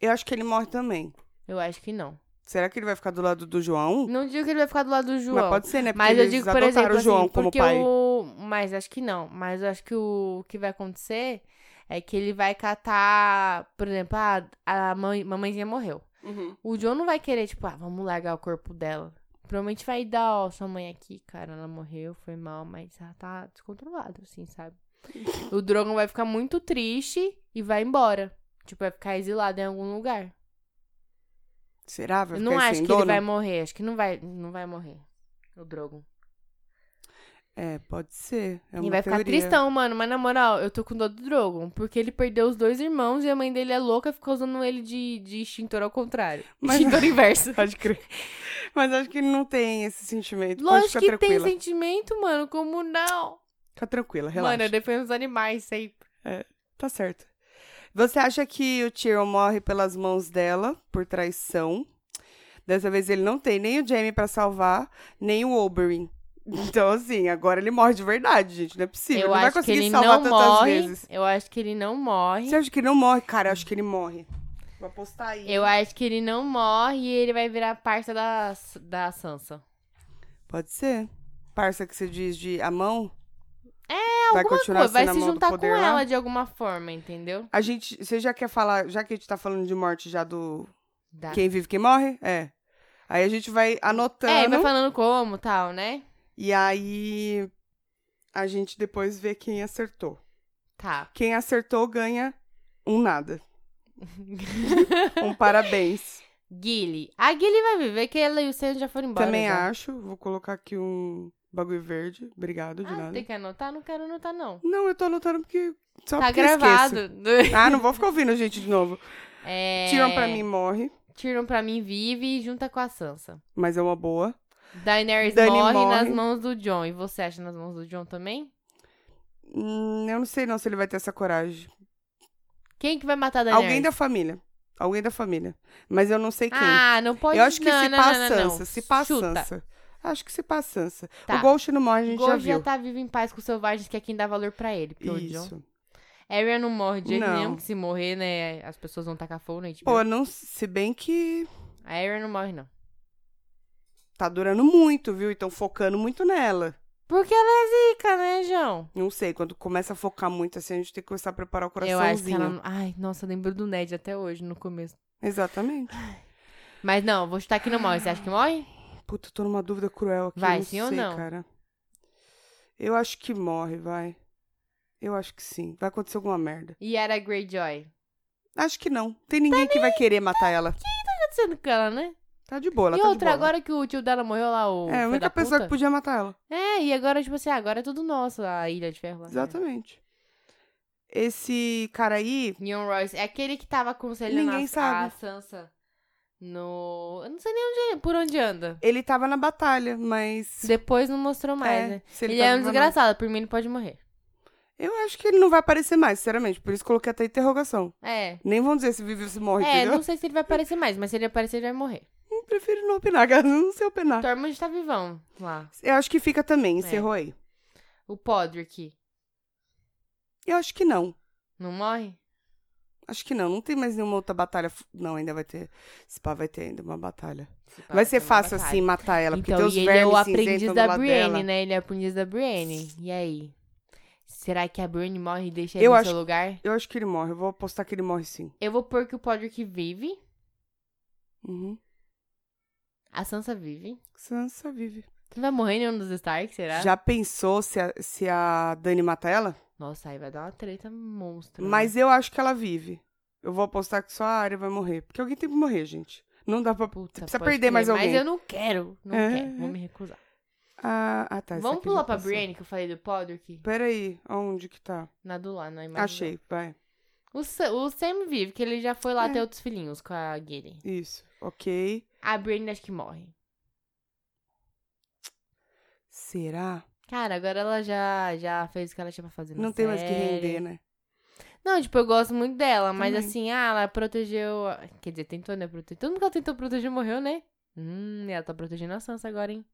Speaker 2: Eu acho que ele morre também.
Speaker 1: Eu acho que não.
Speaker 2: Será que ele vai ficar do lado do João?
Speaker 1: Não digo que ele vai ficar do lado do João.
Speaker 2: Mas pode ser, né? Porque
Speaker 1: Mas eu
Speaker 2: eles
Speaker 1: digo, por
Speaker 2: adotaram
Speaker 1: exemplo,
Speaker 2: o João
Speaker 1: assim,
Speaker 2: como
Speaker 1: porque
Speaker 2: pai.
Speaker 1: o... Mas acho que não. Mas eu acho que o... o que vai acontecer é que ele vai catar... Por exemplo, ah, a mãe... mamãezinha morreu.
Speaker 2: Uhum.
Speaker 1: O João não vai querer, tipo, ah, vamos largar o corpo dela. Provavelmente vai dar, ó, sua mãe aqui, cara, ela morreu, foi mal, mas ela tá descontrolada, assim, sabe? o Drogon vai ficar muito triste e vai embora. Tipo, vai ficar exilado em algum lugar.
Speaker 2: Será? Vai
Speaker 1: Eu
Speaker 2: ficar
Speaker 1: não
Speaker 2: sem
Speaker 1: acho que
Speaker 2: dono?
Speaker 1: ele vai morrer. Acho que não vai, não vai morrer. O Drogon.
Speaker 2: É, pode ser. É
Speaker 1: ele
Speaker 2: uma
Speaker 1: vai ficar
Speaker 2: teoria.
Speaker 1: tristão, mano. Mas na moral, eu tô com dor do Drogon. Porque ele perdeu os dois irmãos e a mãe dele é louca e ficou usando ele de, de extintor ao contrário.
Speaker 2: Mas-
Speaker 1: Extintor inverso.
Speaker 2: Pode crer. Mas acho que ele não tem esse sentimento. pode
Speaker 1: Lógico
Speaker 2: ficar
Speaker 1: que
Speaker 2: tranquila.
Speaker 1: tem sentimento, mano. Como não?
Speaker 2: Fica tranquila, relaxa.
Speaker 1: Mano, eu defendo os animais sempre.
Speaker 2: Tá certo. Você acha que o Tyrion morre pelas mãos dela, por traição? Dessa vez ele não tem nem o Jaime pra salvar, nem o Oberyn. Então, assim, agora ele morre de verdade, gente. Não é possível.
Speaker 1: eu
Speaker 2: não vai
Speaker 1: acho que
Speaker 2: conseguir
Speaker 1: ele
Speaker 2: salvar
Speaker 1: não
Speaker 2: tantas
Speaker 1: morre.
Speaker 2: vezes.
Speaker 1: Eu acho que ele não morre.
Speaker 2: Você acha que ele não morre? Cara, eu acho que ele morre. Vou apostar aí.
Speaker 1: Eu acho que ele não morre e ele vai virar parça da, da Sansa.
Speaker 2: Pode ser. Parça que você diz de a mão? É,
Speaker 1: Alguma coisa, vai se juntar com ela de alguma forma, entendeu?
Speaker 2: A gente, você já quer falar, já que a gente tá falando de morte já do
Speaker 1: Dá.
Speaker 2: quem vive, quem morre? É. Aí a gente vai anotando.
Speaker 1: Tá. É, vai falando como tal, né?
Speaker 2: E aí a gente depois vê quem acertou.
Speaker 1: Tá.
Speaker 2: Quem acertou ganha um nada. Um parabéns.
Speaker 1: Guile. A Guile vai viver que ela e o Sam já foram embora. né? Ah,
Speaker 2: Também
Speaker 1: já.
Speaker 2: acho. Vou colocar aqui um bagulho verde. Obrigado, de
Speaker 1: Ah,
Speaker 2: nada.
Speaker 1: tem que anotar? Não quero anotar, não.
Speaker 2: Não, eu tô anotando porque. Só
Speaker 1: tá
Speaker 2: porque eu esqueço.
Speaker 1: gravado.
Speaker 2: Ah, não vou ficar ouvindo a gente de novo.
Speaker 1: É...
Speaker 2: Tiram pra mim morre,
Speaker 1: Tiram pra mim vive e junta com a Sansa.
Speaker 2: mas é uma boa.
Speaker 1: Daenerys
Speaker 2: Dani
Speaker 1: morre,
Speaker 2: morre.
Speaker 1: nas mãos do John. E você acha nas mãos do John também?
Speaker 2: Hum, eu não sei não se ele vai ter essa coragem.
Speaker 1: Quem que vai matar a Daenerys?
Speaker 2: Alguém da família. Alguém da família. Mas eu não sei quem.
Speaker 1: Ah, não pode.
Speaker 2: eu acho que
Speaker 1: não,
Speaker 2: se
Speaker 1: não,
Speaker 2: pá
Speaker 1: não,
Speaker 2: a
Speaker 1: não, não.
Speaker 2: Sansa, se pá a
Speaker 1: Chuta.
Speaker 2: Sansa. Acho que se passa Sansa.
Speaker 1: Tá.
Speaker 2: O Ghost não morre, a gente
Speaker 1: Gol já,
Speaker 2: já viu.
Speaker 1: tá vivo em paz com os selvagens, que é quem dá valor pra ele. Porque o John.
Speaker 2: Isso.
Speaker 1: Arya não morre de jeito
Speaker 2: Não.
Speaker 1: nenhum, que se morrer, né, as pessoas vão tacar fogo na HBO.
Speaker 2: Pô, não, se bem que
Speaker 1: A Arya não morre, não.
Speaker 2: tá durando muito, viu? E tão focando muito nela.
Speaker 1: Porque ela é zica, né, João?
Speaker 2: Não sei, quando começa a focar muito assim, a gente tem que começar a preparar o
Speaker 1: Eu acho que
Speaker 2: coraçãozinho.
Speaker 1: ela... Ai, nossa, eu lembro do Ned até hoje, no começo.
Speaker 2: Exatamente.
Speaker 1: Mas não, vou chutar que não morre. Você acha que morre?
Speaker 2: Puta, eu tô numa dúvida cruel aqui.
Speaker 1: Vai,
Speaker 2: eu não
Speaker 1: sim
Speaker 2: sei,
Speaker 1: ou não?
Speaker 2: cara. Eu acho que morre, vai. Eu acho que sim. Vai acontecer alguma merda.
Speaker 1: E era Greyjoy.
Speaker 2: Acho que não. Tem ninguém que vai querer matar ela.
Speaker 1: Tá acontecendo com ela, né?
Speaker 2: Tá de boa, ela
Speaker 1: e
Speaker 2: tá
Speaker 1: outra,
Speaker 2: de boa.
Speaker 1: agora que o tio dela morreu lá, o
Speaker 2: É, a
Speaker 1: filho
Speaker 2: única
Speaker 1: da
Speaker 2: pessoa que
Speaker 1: puta.
Speaker 2: podia matar ela.
Speaker 1: É, e agora, tipo assim, agora é tudo nosso, a Ilha de Ferro lá. né?
Speaker 2: Exatamente. Esse cara aí,
Speaker 1: Neon Royce. É aquele que tava aconselhando
Speaker 2: Ninguém
Speaker 1: a,
Speaker 2: sabe.
Speaker 1: a Sansa no... Eu não sei nem onde, é, por onde anda.
Speaker 2: ele tava na batalha, mas.
Speaker 1: Depois não mostrou mais,
Speaker 2: É,
Speaker 1: né?
Speaker 2: se
Speaker 1: Ele,
Speaker 2: tá
Speaker 1: é um
Speaker 2: vivo ou não.
Speaker 1: desgraçado, por mim ele pode morrer.
Speaker 2: Eu acho que ele não vai aparecer mais, sinceramente. Por isso coloquei até interrogação.
Speaker 1: É.
Speaker 2: Nem vão dizer se vive ou se morre,
Speaker 1: É,
Speaker 2: entendeu?
Speaker 1: não sei se ele vai aparecer mais, mas se ele aparecer, ele vai morrer.
Speaker 2: Eu Prefiro não opinar, cara. Não sei opinar.
Speaker 1: Tormund tá vivão lá.
Speaker 2: Eu acho que fica
Speaker 1: É.
Speaker 2: também, encerrou aí.
Speaker 1: O Podrick
Speaker 2: Eu acho que não.
Speaker 1: não morre?
Speaker 2: Acho que não, não tem mais nenhuma outra batalha. f- Não, ainda vai ter. Se pá, vai ter ainda uma batalha.
Speaker 1: Se pá,
Speaker 2: Vai ser
Speaker 1: uma
Speaker 2: fácil
Speaker 1: batalha.
Speaker 2: assim matar ela, porque
Speaker 1: então,
Speaker 2: tem os
Speaker 1: e ele é o
Speaker 2: vermes
Speaker 1: aprendiz
Speaker 2: cinzentos do
Speaker 1: da
Speaker 2: lado
Speaker 1: Brienne,
Speaker 2: dela.
Speaker 1: né? Ele é o aprendiz da Brienne. E aí? Será que a Brienne morre e deixa
Speaker 2: Eu
Speaker 1: ele no
Speaker 2: acho-
Speaker 1: seu lugar?
Speaker 2: Eu acho que ele morre, eu vou apostar que ele morre sim.
Speaker 1: Eu vou pôr que o Podrick vive,
Speaker 2: Uhum.
Speaker 1: a Sansa vive.
Speaker 2: Sansa vive.
Speaker 1: Não vai morrer nenhum dos Stark, será?
Speaker 2: Já pensou se a, se a Dani matar ela?
Speaker 1: Nossa, aí vai dar uma treta monstra. né?
Speaker 2: Mas eu acho que ela vive. Eu vou apostar que só a Arya vai morrer. Porque alguém tem que morrer, gente. Não dá pra.
Speaker 1: Puta,
Speaker 2: precisa
Speaker 1: pode
Speaker 2: perder mais
Speaker 1: crer,
Speaker 2: alguém.
Speaker 1: Mas eu não quero, não
Speaker 2: É.
Speaker 1: quero, vou me recusar.
Speaker 2: Ah, ah, tá. essa
Speaker 1: Vamos
Speaker 2: aqui já
Speaker 1: pular pra
Speaker 2: passou.
Speaker 1: Brienne, que eu falei do Podrick?
Speaker 2: Peraí, onde que tá?
Speaker 1: Na do lá, na imagem.
Speaker 2: Achei, vai.
Speaker 1: O, Sa- o Sam vive, que ele já foi lá
Speaker 2: É.
Speaker 1: ter outros filhinhos com a Gilly.
Speaker 2: Isso, ok.
Speaker 1: A Brienne acho que morre.
Speaker 2: Será?
Speaker 1: Cara, agora ela já, já fez o que ela tinha pra fazer. na
Speaker 2: Não tem mais que
Speaker 1: série.
Speaker 2: render, né?
Speaker 1: Não, tipo, eu gosto muito dela, mas
Speaker 2: Também.
Speaker 1: assim, ah, ela protegeu. a- Quer dizer, tentou, né? Proteger. Todo mundo que ela tentou proteger morreu, né? Hum, e ela tá protegendo a Sansa agora, hein?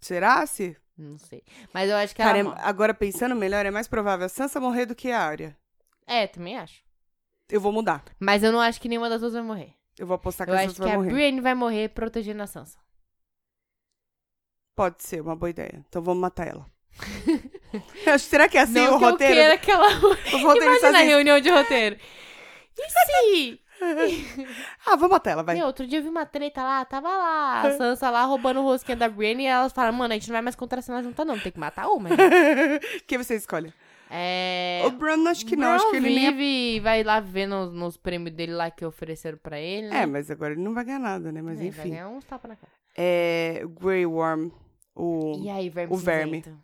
Speaker 2: Será, se?
Speaker 1: Não sei. Mas eu acho que
Speaker 2: Cara, é-
Speaker 1: ela. morre.
Speaker 2: agora pensando melhor, é mais provável a Sansa morrer do que a Arya.
Speaker 1: É, também acho.
Speaker 2: Eu vou mudar.
Speaker 1: Mas eu não acho que nenhuma das duas vai morrer.
Speaker 2: Eu vou apostar que
Speaker 1: eu
Speaker 2: a
Speaker 1: acho
Speaker 2: Sansa
Speaker 1: que
Speaker 2: vai
Speaker 1: a
Speaker 2: morrer.
Speaker 1: Brienne vai morrer protegendo a Sansa.
Speaker 2: Pode ser, uma boa ideia. Então vamos matar ela. Eu acho- Será que é assim
Speaker 1: não
Speaker 2: o
Speaker 1: que
Speaker 2: roteiro?
Speaker 1: eu queira que ela
Speaker 2: Os roteiristas
Speaker 1: Imagina a
Speaker 2: dizem,
Speaker 1: reunião de roteiro. E se?
Speaker 2: Ah, vamos matar ela, vai. É.
Speaker 1: Meu, outro dia eu vi uma treta lá, tava lá, a Sansa lá roubando o rosquinha da Brienne e elas falam, mano, a gente não vai mais contracenar junto não, tem que matar uma. né?"
Speaker 2: Quem você escolhe?
Speaker 1: É...
Speaker 2: O Bran, acho que não.
Speaker 1: Brown
Speaker 2: acho que ele nem é...
Speaker 1: vive e vai lá ver nos, nos prêmios dele lá que ofereceram pra ele. né?
Speaker 2: É, mas agora ele não vai ganhar nada, né? Mas
Speaker 1: É, Vai
Speaker 2: enfim.
Speaker 1: ganhar uns tapas na cara.
Speaker 2: É... Grey Worm. O...
Speaker 1: E aí, verme
Speaker 2: o verme.
Speaker 1: cinzento?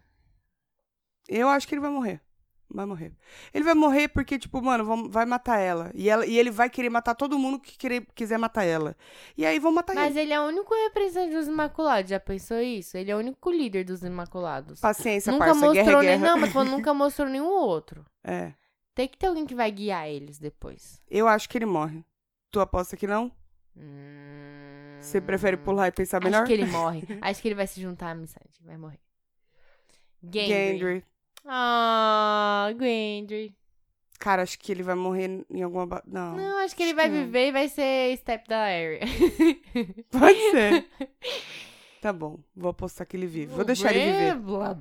Speaker 2: Eu acho que ele vai morrer. Vai morrer. Ele vai morrer porque, tipo, mano, vão- vai matar ela. E, ela, e ele vai querer matar todo mundo que querer, quiser matar ela. E aí vão matar
Speaker 1: Mas
Speaker 2: ele.
Speaker 1: ele é o único representante dos Imaculados, já pensou isso? Ele é o único líder dos Imaculados.
Speaker 2: Paciência,
Speaker 1: nunca
Speaker 2: parça.
Speaker 1: mostrou
Speaker 2: Guerra é
Speaker 1: nem-
Speaker 2: guerra.
Speaker 1: Não, mas falando, nunca mostrou nenhum outro.
Speaker 2: É.
Speaker 1: Tem que ter alguém que vai guiar eles depois.
Speaker 2: Eu acho que ele morre. Tu aposta que não?
Speaker 1: Hum...
Speaker 2: Você prefere pular e pensar
Speaker 1: Acho
Speaker 2: melhor?
Speaker 1: que ele morre. Acho que ele vai se juntar à amizade. Vai morrer. Gendry.
Speaker 2: Gendry.
Speaker 1: Ah, Gendry.
Speaker 2: Cara, acho que ele vai morrer em alguma. ba- Não.
Speaker 1: Não, acho que ele
Speaker 2: acho
Speaker 1: vai
Speaker 2: que não.
Speaker 1: viver e vai ser step da Arya.
Speaker 2: Pode ser. tá bom. Vou apostar que ele vive. Vou deixar ele viver.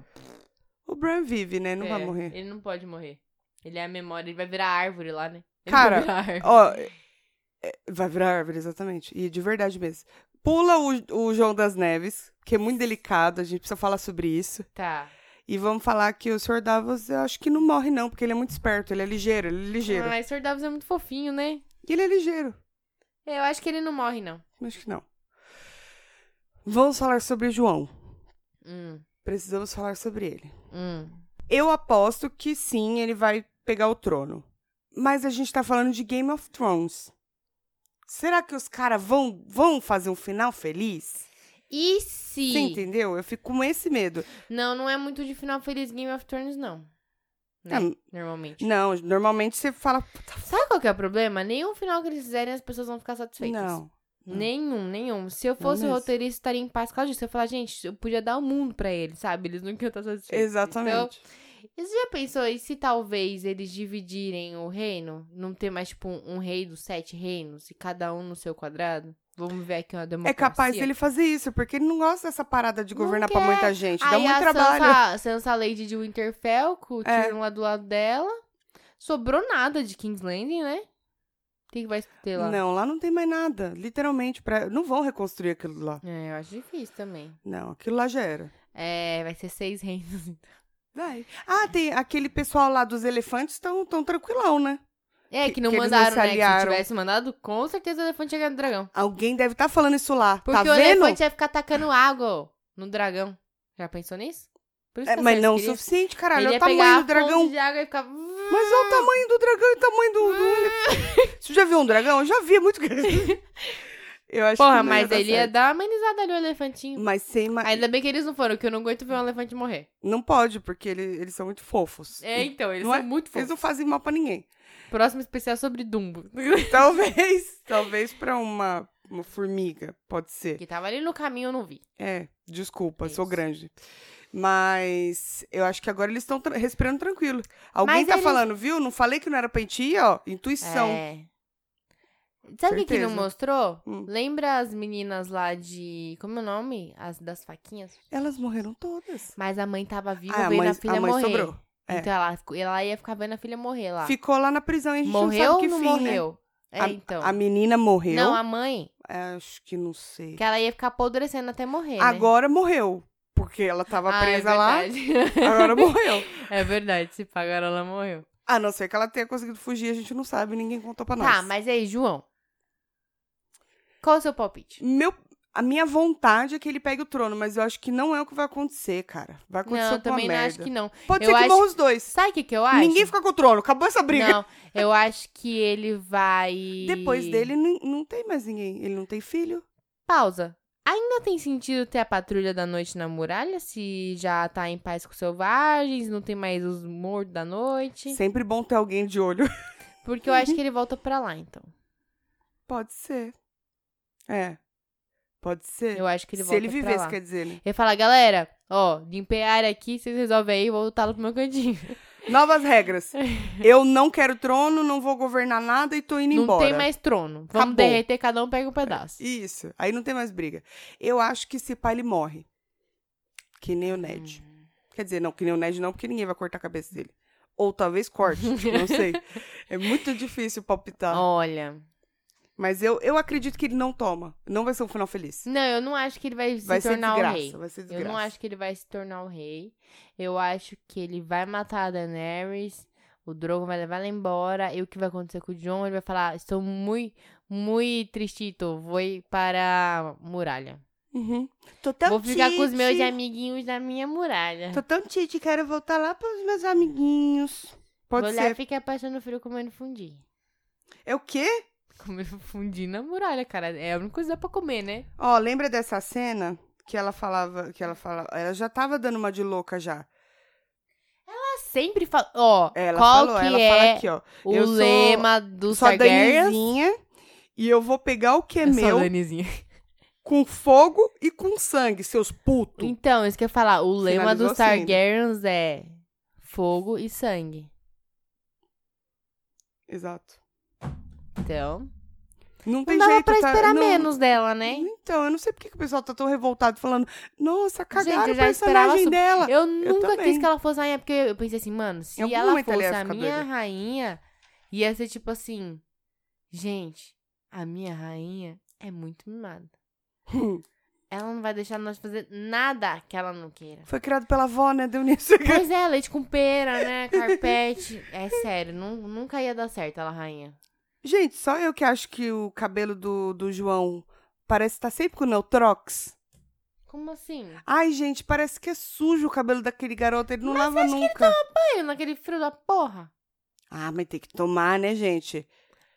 Speaker 2: O Bran vive, né? Não vai morrer.
Speaker 1: é, Ele não pode morrer. Ele é a memória, ele vai virar árvore lá, né? Ele
Speaker 2: Cara,
Speaker 1: vai virar árvore.
Speaker 2: Ó, é, vai virar árvore, exatamente. E de verdade mesmo. Pula o, o João das Neves, que é muito delicado, a gente precisa falar sobre isso.
Speaker 1: Tá.
Speaker 2: E vamos falar que o Sr. Davos, eu acho que não morre, não, porque ele é muito esperto, ele é ligeiro, ele é ligeiro.
Speaker 1: Mas o Sr. Davos é muito fofinho, né? É,
Speaker 2: E ele é ligeiro,
Speaker 1: Eu acho que ele não morre, não.
Speaker 2: acho que não. Vamos falar sobre o João.
Speaker 1: Hum,
Speaker 2: Precisamos falar sobre ele.
Speaker 1: hum.
Speaker 2: Eu aposto que sim, ele vai pegar o trono. Mas a gente tá falando de Game of Thrones. Será que os caras vão, vão fazer um final feliz?
Speaker 1: E se...
Speaker 2: Você entendeu? Eu fico com esse medo.
Speaker 1: Não, não é muito de final feliz Game of Thrones, não. Né?
Speaker 2: Ah,
Speaker 1: Normalmente.
Speaker 2: Não, normalmente você fala. "Puta,
Speaker 1: Sabe qual que é o problema? Nenhum final que eles fizerem as pessoas vão ficar satisfeitas.
Speaker 2: Não. Não.
Speaker 1: Nenhum, nenhum. Se eu fosse
Speaker 2: mesmo.
Speaker 1: roteirista, eu estaria em paz com a disso. Eu ia falar, gente, eu podia dar o mundo pra eles, sabe? Eles nunca estão satisfeitos.
Speaker 2: Exatamente. É
Speaker 1: E você já pensou e se talvez eles dividirem o reino? Não ter mais, tipo, um, um rei dos sete reinos e cada um no seu quadrado? Vamos ver aqui uma democracia.
Speaker 2: é capaz dele fazer isso, porque ele não gosta dessa parada de
Speaker 1: Não
Speaker 2: governar pra
Speaker 1: quer.
Speaker 2: muita gente. Dá
Speaker 1: Aí
Speaker 2: muito
Speaker 1: a
Speaker 2: trabalho.
Speaker 1: Sansa, Sansa Lady de Winterfell, com o
Speaker 2: É.
Speaker 1: Tyrion lá do lado dela. Sobrou nada de King's Landing, né? O que, que vai ter lá?
Speaker 2: Não, lá não tem mais nada. Literalmente, pra... não vão reconstruir aquilo lá.
Speaker 1: É, eu acho difícil também.
Speaker 2: Não, aquilo lá já era.
Speaker 1: É, vai ser seis reinos.
Speaker 2: Vai. Ah, tem aquele pessoal lá dos elefantes tão, tão tranquilão, né?
Speaker 1: É, que,
Speaker 2: Que-
Speaker 1: não
Speaker 2: que eles não
Speaker 1: mandaram,
Speaker 2: se
Speaker 1: né? Que se
Speaker 2: aliaram.
Speaker 1: tivesse mandado, com certeza o elefante ia ganhar no dragão.
Speaker 2: Alguém deve estar falando isso lá.
Speaker 1: Porque
Speaker 2: tá
Speaker 1: o
Speaker 2: vendo?
Speaker 1: elefante ia ficar tacando água no dragão. Já pensou nisso? Por isso
Speaker 2: É,
Speaker 1: que
Speaker 2: mas
Speaker 1: as
Speaker 2: não o
Speaker 1: séries queriam-
Speaker 2: suficiente,
Speaker 1: Ele
Speaker 2: caralho. Olha
Speaker 1: ia
Speaker 2: o tamanho
Speaker 1: pegar a
Speaker 2: do
Speaker 1: fonte
Speaker 2: dragão.
Speaker 1: de água e ficar...
Speaker 2: Mas olha o tamanho do dragão e o tamanho do. do elefante. Você já viu um dragão? Eu já vi, é muito grande. Eu acho que
Speaker 1: Porra,
Speaker 2: não
Speaker 1: mas
Speaker 2: dar
Speaker 1: ele ia
Speaker 2: certo.
Speaker 1: dar uma amenizada ali o elefantinho.
Speaker 2: Mas sem ma...
Speaker 1: Ainda bem que eles não foram, que eu não aguento ver um elefante morrer.
Speaker 2: Não pode, porque ele- eles são muito fofos.
Speaker 1: É, então, eles
Speaker 2: Não
Speaker 1: são
Speaker 2: é?
Speaker 1: muito
Speaker 2: Eles
Speaker 1: fofos.
Speaker 2: não fazem mal pra ninguém.
Speaker 1: Próximo especial é sobre Dumbo.
Speaker 2: Talvez. talvez pra uma, uma formiga, pode ser.
Speaker 1: que tava ali no caminho, eu não vi.
Speaker 2: É, desculpa,
Speaker 1: Isso.
Speaker 2: sou grande. Mas eu acho que agora eles estão tra- respirando tranquilo. Alguém
Speaker 1: Mas
Speaker 2: tá
Speaker 1: eles-
Speaker 2: falando, viu? Não falei que não era pra gente ir, ó. Intuição.
Speaker 1: É. Sabe o que que
Speaker 2: Certeza.
Speaker 1: não mostrou?
Speaker 2: Hum.
Speaker 1: Lembra as meninas lá de... Como é o nome? As das faquinhas?
Speaker 2: Elas morreram todas.
Speaker 1: Mas a mãe tava viva
Speaker 2: Ah, a
Speaker 1: vendo
Speaker 2: mãe,
Speaker 1: a filha
Speaker 2: a mãe
Speaker 1: morrer.
Speaker 2: sobrou. é.
Speaker 1: Então ela, ficou- ela ia ficar vendo a filha morrer lá.
Speaker 2: Ficou lá na prisão e a gente
Speaker 1: morreu
Speaker 2: não sabe
Speaker 1: ou
Speaker 2: que
Speaker 1: não
Speaker 2: fim, né?
Speaker 1: morreu? É,
Speaker 2: A-
Speaker 1: então.
Speaker 2: A menina morreu. É,
Speaker 1: Não, a mãe.
Speaker 2: Acho que não sei.
Speaker 1: Que ela ia ficar apodrecendo até morrer, né?
Speaker 2: Agora morreu. Porque ela tava
Speaker 1: Ah,
Speaker 2: presa
Speaker 1: é
Speaker 2: lá,
Speaker 1: verdade.
Speaker 2: agora morreu.
Speaker 1: é verdade, se pagar ela morreu.
Speaker 2: A não ser que ela tenha conseguido fugir, a gente não sabe, ninguém contou pra nós.
Speaker 1: Tá, mas aí, João. Qual o seu palpite?
Speaker 2: Meu, a minha vontade é que ele pegue o trono, mas eu acho que não é o que vai acontecer, cara. Vai acontecer
Speaker 1: Não,
Speaker 2: alguma
Speaker 1: também não
Speaker 2: merda.
Speaker 1: acho que não.
Speaker 2: Pode
Speaker 1: eu
Speaker 2: ser que
Speaker 1: acho-
Speaker 2: morram os dois.
Speaker 1: Sabe o que, que eu acho?
Speaker 2: Ninguém fica com o trono, acabou essa briga.
Speaker 1: Não, eu acho que ele vai.
Speaker 2: Depois dele, nin- não tem mais ninguém. Ele não tem filho.
Speaker 1: Pausa. Ainda tem sentido ter a patrulha da noite na muralha se já tá em paz com os selvagens, não tem mais os mortos da noite?
Speaker 2: Sempre bom ter alguém de olho.
Speaker 1: Porque eu acho que ele volta pra lá, então.
Speaker 2: Pode ser. É. Pode ser.
Speaker 1: Eu acho que ele
Speaker 2: Se
Speaker 1: volta
Speaker 2: ele
Speaker 1: pra
Speaker 2: vivesse,
Speaker 1: lá.
Speaker 2: quer dizer, né?
Speaker 1: Ele fala, galera, ó, limpei a área aqui, vocês resolvem aí, vou voltar lá pro meu cantinho.
Speaker 2: Novas regras. Eu não quero trono, não vou governar nada e tô indo
Speaker 1: não
Speaker 2: embora.
Speaker 1: tem mais trono. Vamos
Speaker 2: Acabou.
Speaker 1: derreter, cada um pega um pedaço.
Speaker 2: Isso. Aí não tem mais briga. Eu acho que se pá, ele morre. Que nem o Ned.
Speaker 1: Hum.
Speaker 2: Quer dizer, não, que nem o Ned não, porque ninguém vai cortar a cabeça dele. Ou talvez corte, tipo, não sei. É muito difícil palpitar.
Speaker 1: Olha.
Speaker 2: Mas eu, eu acredito que ele não toma. Não vai ser um final feliz.
Speaker 1: Não, eu não acho que ele vai Hum, se
Speaker 2: Vai ser
Speaker 1: tornar o
Speaker 2: desgraça.
Speaker 1: rei.
Speaker 2: Vai ser
Speaker 1: Eu
Speaker 2: desgraça.
Speaker 1: não acho que ele vai se tornar o rei. Eu acho que ele vai matar a Daenerys. O Drogo vai levar ela embora. E o que vai acontecer com o John? Ele vai falar: Estou muito, muito tristito. Vou ir para a muralha.
Speaker 2: Uhum. Tô tão
Speaker 1: Vou ficar com os
Speaker 2: tite.
Speaker 1: meus amiguinhos na minha muralha.
Speaker 2: Tô tão tite, quero voltar lá pros meus amiguinhos. Pode
Speaker 1: Vou lá
Speaker 2: ser.
Speaker 1: ficar passando frio comendo fundi.
Speaker 2: É o quê?
Speaker 1: Comendo fundi na muralha, cara. É a única coisa que dá pra comer, né?
Speaker 2: Ó, lembra dessa cena que ela falava, que ela falava, ela já tava dando uma de louca já.
Speaker 1: Ela sempre fala. Ó,
Speaker 2: Ela
Speaker 1: qual
Speaker 2: falou,
Speaker 1: que
Speaker 2: ela
Speaker 1: é
Speaker 2: fala aqui, ó.
Speaker 1: o
Speaker 2: eu sou-
Speaker 1: lema dos
Speaker 2: Só
Speaker 1: Targaryens?
Speaker 2: danizinha e eu vou pegar o que é
Speaker 1: Eu sou a
Speaker 2: meu
Speaker 1: Danizinha.
Speaker 2: com fogo e com sangue, seus putos.
Speaker 1: Então, isso que eu ia falar. O lema
Speaker 2: Finalizou
Speaker 1: dos
Speaker 2: assim, né?
Speaker 1: Targaryens é fogo e sangue.
Speaker 2: Exato.
Speaker 1: Então,
Speaker 2: Não
Speaker 1: não
Speaker 2: tem
Speaker 1: dava
Speaker 2: jeito,
Speaker 1: pra
Speaker 2: tá-
Speaker 1: esperar
Speaker 2: não-
Speaker 1: menos dela, né?
Speaker 2: Então, eu não sei porque que o pessoal tá tão revoltado falando, nossa, cagaram
Speaker 1: eu
Speaker 2: o
Speaker 1: já esperava
Speaker 2: personagem
Speaker 1: su-
Speaker 2: dela.
Speaker 1: Eu nunca quis
Speaker 2: também.
Speaker 1: que ela fosse rainha, porque eu pensei assim, mano, se
Speaker 2: Em algum
Speaker 1: ela
Speaker 2: momento ela
Speaker 1: fosse
Speaker 2: ia
Speaker 1: a
Speaker 2: ficar
Speaker 1: minha
Speaker 2: doida.
Speaker 1: rainha, ia ser tipo assim, gente, a minha rainha é muito mimada.
Speaker 2: Hum.
Speaker 1: Ela não vai deixar nós fazer nada que ela não queira.
Speaker 2: Foi criado pela avó, né? Deu nisso.
Speaker 1: Pois é, leite com pera, né? Carpete. É sério, nu- nunca ia dar certo ela, rainha.
Speaker 2: Gente, só eu que acho que o cabelo do, do João parece que tá sempre com Neutrox.
Speaker 1: Como assim?
Speaker 2: Ai, gente, parece que é sujo o cabelo daquele garoto, ele não lava nunca.
Speaker 1: Banho naquele frio da porra.
Speaker 2: Ah, mas tem que tomar, né, gente?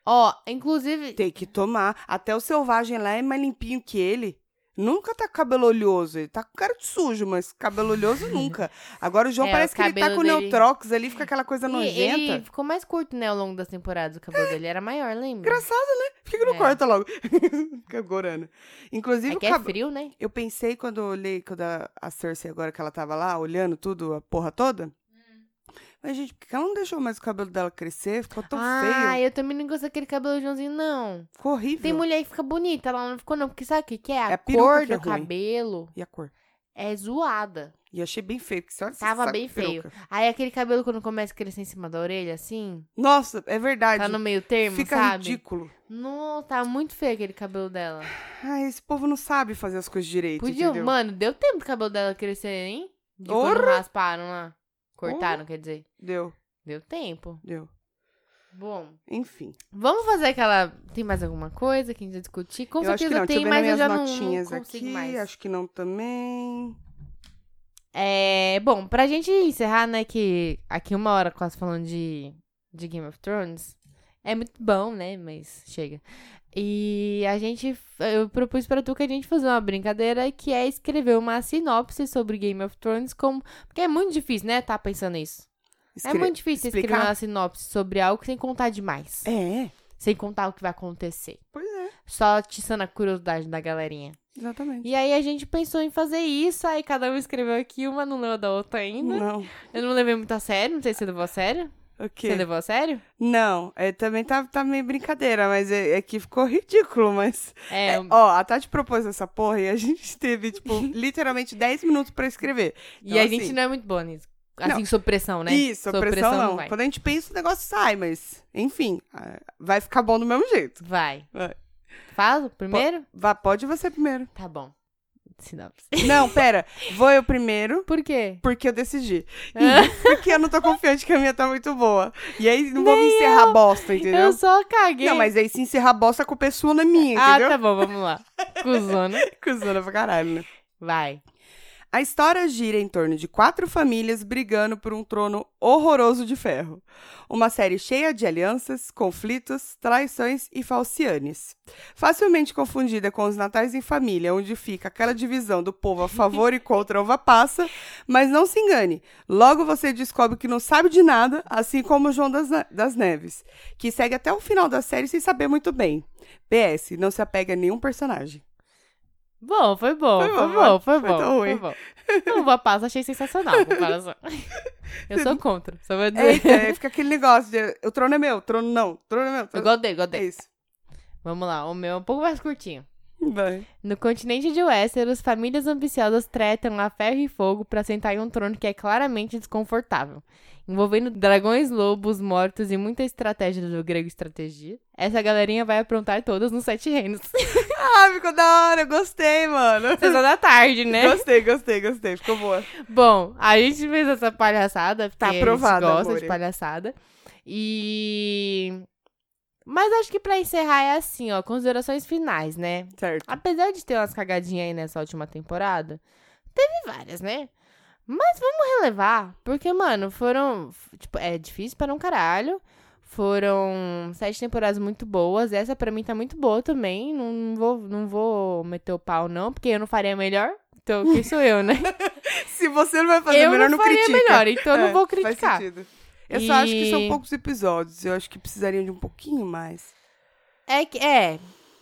Speaker 1: Ó, inclusive.
Speaker 2: Tem que tomar. Até o selvagem lá é mais limpinho que ele. Nunca tá com cabelo oleoso. Ele tá com cara de sujo, mas cabelo oleoso nunca. Agora o João
Speaker 1: É,
Speaker 2: parece
Speaker 1: o
Speaker 2: que ele tá
Speaker 1: cabelo
Speaker 2: com
Speaker 1: dele-
Speaker 2: neutrox ali, fica aquela coisa
Speaker 1: E
Speaker 2: nojenta.
Speaker 1: ele ficou mais curto, né, ao longo das temporadas. O cabelo dele era maior, lembra?
Speaker 2: Engraçado, né? Por que, que não
Speaker 1: É.
Speaker 2: corta logo? fica gorana. Inclusive,
Speaker 1: É
Speaker 2: o
Speaker 1: que é
Speaker 2: cabelo.
Speaker 1: frio, né?
Speaker 2: Eu pensei quando eu olhei quando a, a Cersei agora que ela tava lá, olhando tudo, a porra toda.
Speaker 1: Hum.
Speaker 2: Mas, gente, por que ela não deixou mais o cabelo dela crescer? Ficou tão
Speaker 1: ah,
Speaker 2: feio.
Speaker 1: eu também não gosto daquele cabelo Joãozinho, não.
Speaker 2: Ficou horrível.
Speaker 1: Tem mulher que fica bonita, ela não ficou, não. Porque sabe o que, que é? A,
Speaker 2: É a peruca
Speaker 1: cor
Speaker 2: que é
Speaker 1: do
Speaker 2: ruim.
Speaker 1: cabelo
Speaker 2: E a cor?
Speaker 1: é zoada.
Speaker 2: E eu achei bem feio, porque você olha esse
Speaker 1: Tava
Speaker 2: saco
Speaker 1: bem
Speaker 2: de peruca.
Speaker 1: Aí aquele cabelo quando começa a crescer em cima da orelha, assim,
Speaker 2: Nossa, é verdade.
Speaker 1: tá no meio termo,
Speaker 2: Fica
Speaker 1: sabe?
Speaker 2: ridículo.
Speaker 1: Não, tá muito feio aquele cabelo dela.
Speaker 2: Ai, esse povo não sabe fazer as coisas direito,
Speaker 1: Podia,
Speaker 2: entendeu?
Speaker 1: mano, deu tempo do cabelo dela crescer, hein? De quando
Speaker 2: Orra!
Speaker 1: rasparam lá. Cortaram, quer dizer.
Speaker 2: Deu,
Speaker 1: Deu tempo.
Speaker 2: deu.
Speaker 1: Bom,
Speaker 2: Enfim.
Speaker 1: vamos fazer aquela... Tem mais alguma coisa que a gente vai discutir? Com
Speaker 2: eu acho que
Speaker 1: certeza
Speaker 2: não.
Speaker 1: tem,
Speaker 2: Deixa eu ver
Speaker 1: mas eu
Speaker 2: nas
Speaker 1: já
Speaker 2: minhas
Speaker 1: não, não
Speaker 2: notinhas
Speaker 1: consigo
Speaker 2: aqui.
Speaker 1: mais.
Speaker 2: Acho que não também.
Speaker 1: É, bom, pra gente encerrar, né, que aqui uma hora quase falando de, de Game of Thrones, é muito bom, né, mas chega. E a gente, eu propus pra tu que a gente fazer uma brincadeira que é escrever uma sinopse sobre Game of Thrones como... Porque é muito difícil, né, tá pensando nisso. É
Speaker 2: Escre-
Speaker 1: muito difícil escrever
Speaker 2: explicar?
Speaker 1: uma sinopse sobre algo sem contar demais.
Speaker 2: É, é.
Speaker 1: Sem contar o que vai acontecer.
Speaker 2: pois é.
Speaker 1: Só atiçando a curiosidade da galerinha.
Speaker 2: Exatamente.
Speaker 1: E aí a gente pensou em fazer isso, aí cada um escreveu aqui, uma não leu a da outra ainda.
Speaker 2: Não.
Speaker 1: Eu não levei muito a sério, não sei se você levou a sério.
Speaker 2: O
Speaker 1: Você
Speaker 2: quê?
Speaker 1: levou a sério?
Speaker 2: Não, é, também tá, tá meio brincadeira, mas é, é que ficou ridículo, mas...
Speaker 1: É, um-
Speaker 2: Ó, a Tati propôs essa porra e a gente teve, tipo, literalmente 10 minutos pra escrever.
Speaker 1: e
Speaker 2: então,
Speaker 1: a
Speaker 2: assim-
Speaker 1: gente não é muito boa nisso. Assim,
Speaker 2: Não.
Speaker 1: sob pressão, né?
Speaker 2: Isso,
Speaker 1: Sob
Speaker 2: a pressão não.
Speaker 1: vai.
Speaker 2: Quando a gente pensa, o negócio sai, mas... Enfim, ah, vai ficar bom do mesmo jeito.
Speaker 1: Vai.
Speaker 2: Vai.
Speaker 1: Fala primeiro?
Speaker 2: Vá, pode você primeiro.
Speaker 1: Tá bom. Sinopse.
Speaker 2: Não, pera. Vou eu primeiro,
Speaker 1: Por quê?
Speaker 2: porque eu decidi.
Speaker 1: Ah.
Speaker 2: E porque eu não tô confiante que a minha tá muito boa. E aí não vou me encerrar bosta, entendeu?
Speaker 1: Eu só caguei.
Speaker 2: Não, mas aí se encerrar bosta, a culpa é sua, não é minha,
Speaker 1: Ah,
Speaker 2: entendeu?
Speaker 1: tá bom, vamos lá. Cusona.
Speaker 2: Cusona pra caralho, né?
Speaker 1: Vai.
Speaker 2: A história gira em torno de quatro famílias brigando por um trono horroroso de ferro. Uma série cheia de alianças, conflitos, traições e falcianes. Facilmente confundida com os natais em família, onde fica aquela divisão do povo a favor e contra a uva passa, mas não se engane, logo você descobre que não sabe de nada, assim como o João das, Ne- das Neves, que segue até o final da série sem saber muito bem. PS, não se apega a nenhum personagem.
Speaker 1: Bom, foi bom,
Speaker 2: Foi
Speaker 1: foi
Speaker 2: bom,
Speaker 1: bom, foi
Speaker 2: foi
Speaker 1: bom.
Speaker 2: tão
Speaker 1: Foi
Speaker 2: ruim.
Speaker 1: bom. Não, vou passa, achei sensacional a comparação. Eu sou contra, só vou
Speaker 2: É,
Speaker 1: dizer.
Speaker 2: então, aí fica aquele negócio de o trono é meu, o trono não, o trono é meu. o
Speaker 1: Eu
Speaker 2: Trono...
Speaker 1: gostei,
Speaker 2: É
Speaker 1: gostei.
Speaker 2: isso.
Speaker 1: Vamos lá, o meu é um pouco mais curtinho.
Speaker 2: Vai.
Speaker 1: No continente de Westeros, famílias ambiciosas tretam a ferro e fogo para sentar em um trono que é claramente desconfortável, envolvendo dragões, lobos, mortos e muita estratégia do grego estratégia. Essa galerinha vai aprontar todas nos Sete Reinos.
Speaker 2: Ah, ficou da hora, gostei, mano.
Speaker 1: Sessão da tarde, né?
Speaker 2: Gostei, gostei, gostei. Ficou boa.
Speaker 1: Bom, a gente fez essa palhaçada, porque
Speaker 2: Tá aprovada,
Speaker 1: a gente gosta
Speaker 2: amore.
Speaker 1: de palhaçada. E... Mas acho que pra encerrar é assim, ó, considerações finais, né?
Speaker 2: Certo.
Speaker 1: Apesar de ter umas cagadinhas aí nessa última temporada, teve várias, né? Mas vamos relevar, porque, mano, foram. f- Tipo, é difícil para um caralho. Foram sete temporadas muito boas. Essa pra mim tá muito boa também. Não, não vou, não vou meter o pau, não, porque eu não faria melhor. Então, quem sou eu, né?
Speaker 2: Se você não vai fazer
Speaker 1: eu
Speaker 2: é melhor,
Speaker 1: não
Speaker 2: não,
Speaker 1: faria
Speaker 2: critica.
Speaker 1: melhor, então eu
Speaker 2: É,
Speaker 1: não vou
Speaker 2: faz
Speaker 1: criticar.
Speaker 2: sentido. Eu só acho que são
Speaker 1: E-
Speaker 2: poucos episódios. Eu acho que precisariam de um pouquinho mais.
Speaker 1: É que. É.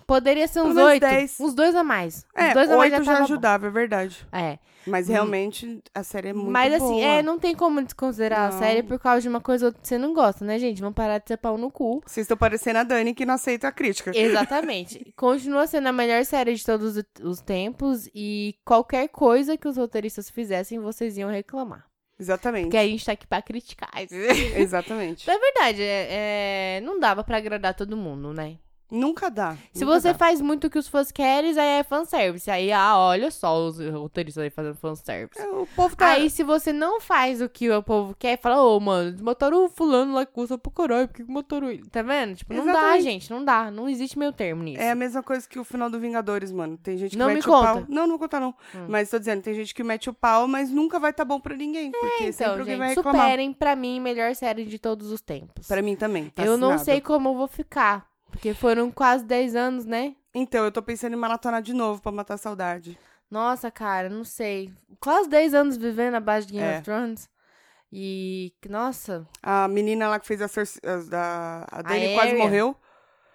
Speaker 1: Poderia ser
Speaker 2: Pelo
Speaker 1: uns
Speaker 2: menos
Speaker 1: oito.
Speaker 2: dez.
Speaker 1: Uns dois a mais.
Speaker 2: É,
Speaker 1: uns dois a mais
Speaker 2: oito
Speaker 1: já,
Speaker 2: já,
Speaker 1: tava bom.
Speaker 2: ajudava, é verdade.
Speaker 1: É.
Speaker 2: Mas
Speaker 1: Hum.
Speaker 2: realmente a série é muito
Speaker 1: Mas assim,
Speaker 2: boa.
Speaker 1: é, não tem como desconsiderar a
Speaker 2: Não.
Speaker 1: série por causa de uma coisa ou outra que você não gosta, né, gente? Vamos parar de ser pau no cu.
Speaker 2: Vocês estão parecendo a Dani que não aceita a crítica.
Speaker 1: Exatamente. Continua sendo a melhor série de todos os tempos e qualquer coisa que os roteiristas fizessem, vocês iam reclamar.
Speaker 2: Exatamente.
Speaker 1: Porque a gente tá aqui pra criticar. Então
Speaker 2: Exatamente.
Speaker 1: é verdade, é, é, não dava pra agradar todo mundo, né?
Speaker 2: Nunca dá.
Speaker 1: Se
Speaker 2: nunca
Speaker 1: você
Speaker 2: dá.
Speaker 1: faz muito o que os fãs querem, aí é fanservice. Aí, ah, olha só os roteiristas aí fazendo fanservice.
Speaker 2: É, O povo tá.
Speaker 1: Aí, se você não faz o que o povo quer, fala, ô, mano, mataram o fulano lá que custa pra caralho, por que que mataram ele? Tá vendo? Tipo, não dá,
Speaker 2: Exatamente.
Speaker 1: gente, não dá. Não existe meio termo nisso.
Speaker 2: É a mesma coisa que o final do Vingadores, mano. Tem gente que
Speaker 1: Não
Speaker 2: mete
Speaker 1: me
Speaker 2: o pau.
Speaker 1: conta.
Speaker 2: Não, não conta, não.
Speaker 1: Hum.
Speaker 2: Mas tô dizendo, tem gente que mete o pau, mas nunca vai tá bom pra ninguém. Porque sempre
Speaker 1: então,
Speaker 2: alguém vai
Speaker 1: gente,
Speaker 2: é reclamar.
Speaker 1: superem pra mim melhor série de todos os tempos.
Speaker 2: Pra mim também. tá
Speaker 1: eu não
Speaker 2: assinado.
Speaker 1: sei como eu vou ficar, porque foram quase 10 anos, né?
Speaker 2: Então, eu tô pensando em maratonar de novo pra matar a saudade.
Speaker 1: Nossa, cara, não sei. Quase 10 anos vivendo na base de Game
Speaker 2: É.
Speaker 1: of Thrones. E, nossa.
Speaker 2: A menina lá que fez a, Cersei- as da, a dele
Speaker 1: A
Speaker 2: quase
Speaker 1: Arya.
Speaker 2: morreu.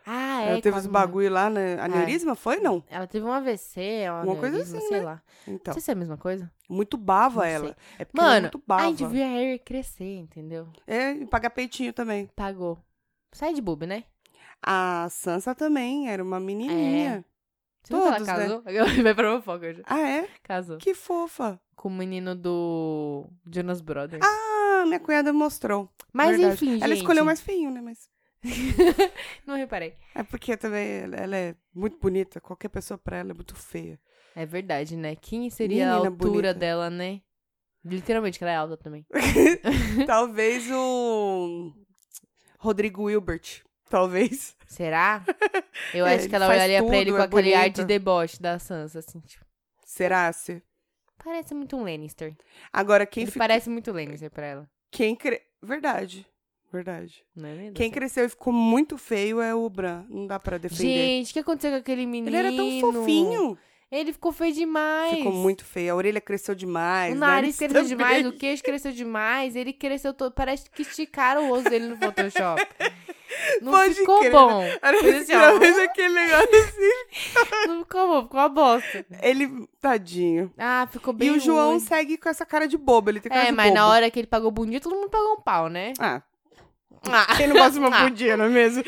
Speaker 1: Ah, é.
Speaker 2: ela teve
Speaker 1: quase
Speaker 2: os
Speaker 1: morreu. É.
Speaker 2: bagulho lá, né? Aneurisma, foi? Não.
Speaker 1: Ela teve um AVC, um
Speaker 2: Uma coisa
Speaker 1: aneurisma,
Speaker 2: assim,
Speaker 1: sei
Speaker 2: né?
Speaker 1: lá. Não
Speaker 2: Então,
Speaker 1: sei se é a mesma coisa.
Speaker 2: muito bava
Speaker 1: Não sei.
Speaker 2: ela. É porque ela é
Speaker 1: Mano,
Speaker 2: muito bava.
Speaker 1: a gente viu a Harry crescer, entendeu?
Speaker 2: É, e pagar peitinho também.
Speaker 1: Pagou. Sai de boob, né?
Speaker 2: A Sansa também era uma menininha.
Speaker 1: Você viu que
Speaker 2: Todos, né?
Speaker 1: ela casou? Vai pra uma foca hoje.
Speaker 2: Ah, é?
Speaker 1: Casou.
Speaker 2: Que fofa.
Speaker 1: Com o menino do Jonas Brothers.
Speaker 2: Ah, minha cunhada mostrou.
Speaker 1: Mas
Speaker 2: Verdade.
Speaker 1: enfim, gente.
Speaker 2: Ela escolheu mais feinho, né? Mas
Speaker 1: Não reparei.
Speaker 2: é porque também ela- ela é muito bonita. Qualquer pessoa pra ela é muito feia.
Speaker 1: É verdade, né? Quem seria a
Speaker 2: Menina
Speaker 1: altura
Speaker 2: bonita.
Speaker 1: dela, né? Literalmente, que ela é alta também.
Speaker 2: Talvez o Rodrigo Wilbert. Talvez.
Speaker 1: Será? Eu
Speaker 2: É,
Speaker 1: acho que ela
Speaker 2: ele faz
Speaker 1: olharia pra
Speaker 2: tudo,
Speaker 1: ele com
Speaker 2: é
Speaker 1: aquele ar de
Speaker 2: bonito.
Speaker 1: deboche da Sansa, assim, tipo.
Speaker 2: Será se?
Speaker 1: Parece muito um Lannister.
Speaker 2: Agora quem
Speaker 1: ele
Speaker 2: ficou,
Speaker 1: parece muito Lannister pra ela.
Speaker 2: quem cre... verdade, verdade.
Speaker 1: Não é mesmo?
Speaker 2: Quem cresceu e ficou muito feio é o Bran. Não dá pra defender.
Speaker 1: Gente, o que aconteceu com aquele menino?
Speaker 2: Ele era tão fofinho.
Speaker 1: Ele ficou feio demais.
Speaker 2: Ficou muito feio. A orelha cresceu demais.
Speaker 1: O nariz cresceu
Speaker 2: também.
Speaker 1: demais, o queixo cresceu demais, ele cresceu todo. Parece que esticaram o osso dele no Photoshop. Não
Speaker 2: Pode
Speaker 1: ficou
Speaker 2: crer.
Speaker 1: bom.
Speaker 2: Era
Speaker 1: Fez assim, ó.
Speaker 2: talvez aquele negócio assim.
Speaker 1: Não ficou bom, ficou uma bosta.
Speaker 2: Ele, tadinho.
Speaker 1: Ah, ficou bem
Speaker 2: e o João
Speaker 1: ruim.
Speaker 2: segue com essa cara de bobo. Ele tem cara
Speaker 1: É,
Speaker 2: de
Speaker 1: mas
Speaker 2: bobo.
Speaker 1: na hora que ele pagou bonito, todo mundo pagou um pau, né?
Speaker 2: Ah,
Speaker 1: Ah,
Speaker 2: quem não gosta de uma
Speaker 1: Ah.
Speaker 2: podia, não é mesmo?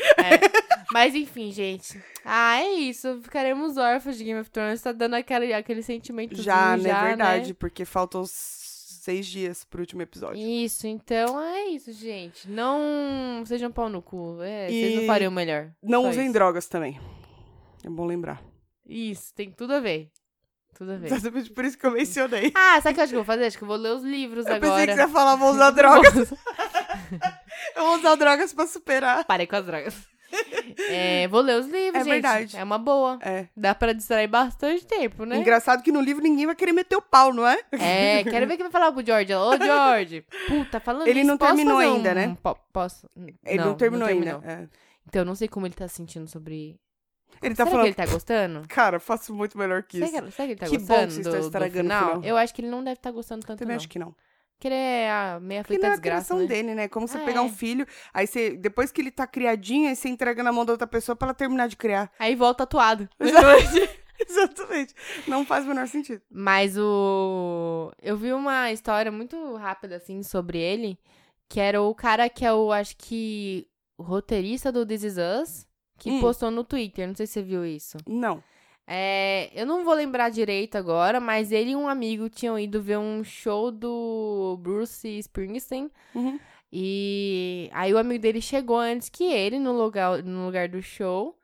Speaker 1: mas enfim, gente. Ah, é isso. Ficaremos órfãos de Game of Thrones. Tá dando aquele, aquele sentimento
Speaker 2: Já, né?
Speaker 1: já,
Speaker 2: verdade.
Speaker 1: né?
Speaker 2: Porque faltam s- seis dias pro último episódio.
Speaker 1: Isso, então é isso, gente. Não sejam pau no cu. É, Vocês não
Speaker 2: E
Speaker 1: fariam melhor.
Speaker 2: Não
Speaker 1: Só
Speaker 2: usem
Speaker 1: isso.
Speaker 2: drogas também. É bom lembrar.
Speaker 1: Isso, tem tudo a ver. Tudo a ver.
Speaker 2: Exatamente por isso que eu mencionei.
Speaker 1: Ah, sabe o que eu acho que eu vou fazer? Acho que eu vou ler os livros
Speaker 2: Eu pensei que
Speaker 1: agora.
Speaker 2: você ia falar, vou usar drogas. Eu vou usar drogas pra superar.
Speaker 1: Parei com as drogas. É, vou ler os livros,
Speaker 2: É
Speaker 1: gente.
Speaker 2: verdade.
Speaker 1: É uma boa.
Speaker 2: É.
Speaker 1: Dá pra distrair bastante tempo, né?
Speaker 2: Engraçado que no livro ninguém vai querer meter o pau, não é?
Speaker 1: É, quero ver o que vai falar pro George. Ô, George! Puta, falando
Speaker 2: Ele
Speaker 1: isso,
Speaker 2: não
Speaker 1: posso
Speaker 2: terminou
Speaker 1: fazer um-
Speaker 2: ainda, né?
Speaker 1: po- Posso?
Speaker 2: Ele não, terminou ainda. É.
Speaker 1: Então, eu não sei como ele tá sentindo sobre...
Speaker 2: Ele tá
Speaker 1: Será
Speaker 2: falando,
Speaker 1: que ele tá gostando?
Speaker 2: cara, faço muito melhor que
Speaker 1: Será
Speaker 2: isso.
Speaker 1: que, será que ele tá
Speaker 2: Que bom que
Speaker 1: gostando
Speaker 2: vocês estão
Speaker 1: do, do
Speaker 2: estragando o
Speaker 1: final?
Speaker 2: final.
Speaker 1: Eu acho que ele não deve estar gostando tanto,
Speaker 2: Também
Speaker 1: não.
Speaker 2: acho que não.
Speaker 1: Porque ele é a meia
Speaker 2: Porque
Speaker 1: feita
Speaker 2: não é a
Speaker 1: desgraça,
Speaker 2: criação
Speaker 1: né?
Speaker 2: dele, né? Como você
Speaker 1: Ah,
Speaker 2: pegar
Speaker 1: é.
Speaker 2: um filho, aí você, depois que ele tá criadinho, aí você entrega na mão da outra pessoa pra ela terminar de criar.
Speaker 1: Aí volta tatuado.
Speaker 2: Exatamente. Não faz o menor sentido.
Speaker 1: Mas o. Eu vi uma história muito rápida, assim, sobre ele. Que era o cara que é o, acho que. o roteirista do This Is Us. Que
Speaker 2: Hum.
Speaker 1: postou no Twitter. Não sei se você viu isso.
Speaker 2: Não.
Speaker 1: É, eu não vou lembrar direito agora, mas ele e um amigo tinham ido ver um show do Bruce Springsteen.
Speaker 2: Uhum.
Speaker 1: E aí o amigo dele chegou antes que ele no lugar, no lugar do show.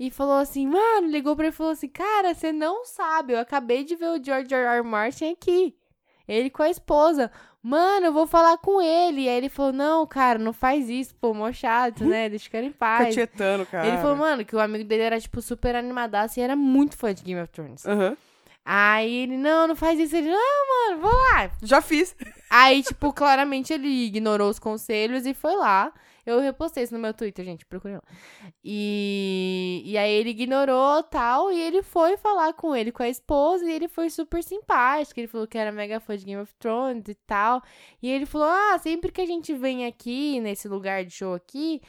Speaker 1: E falou assim, mano, ligou pra ele e falou assim, cara, você não sabe, eu acabei de ver o George R. R. Martin aqui. Ele com a esposa. Mano, eu vou falar com ele. E aí ele falou, não, cara, não faz isso, pô, mó chato, né? Deixa eu ficar em
Speaker 2: Uhum. Fica
Speaker 1: paz.
Speaker 2: tietando, cara.
Speaker 1: Ele falou, mano, que o amigo dele era, tipo, super animadaço e era muito fã de Game of Thrones.
Speaker 2: Aham.
Speaker 1: Aí ele, não, não faz isso. Ele, não, mano, vou lá.
Speaker 2: Já fiz.
Speaker 1: Aí, tipo, claramente ele ignorou os conselhos e foi lá. Eu repostei isso no meu Twitter, gente, procurem lá. E, e aí ele ignorou tal, e ele foi falar com ele, com a esposa, e ele foi super simpático. Ele falou que era mega fã de Game of Thrones e tal. E ele falou: Ah, sempre que a gente vem aqui, nesse lugar de show aqui,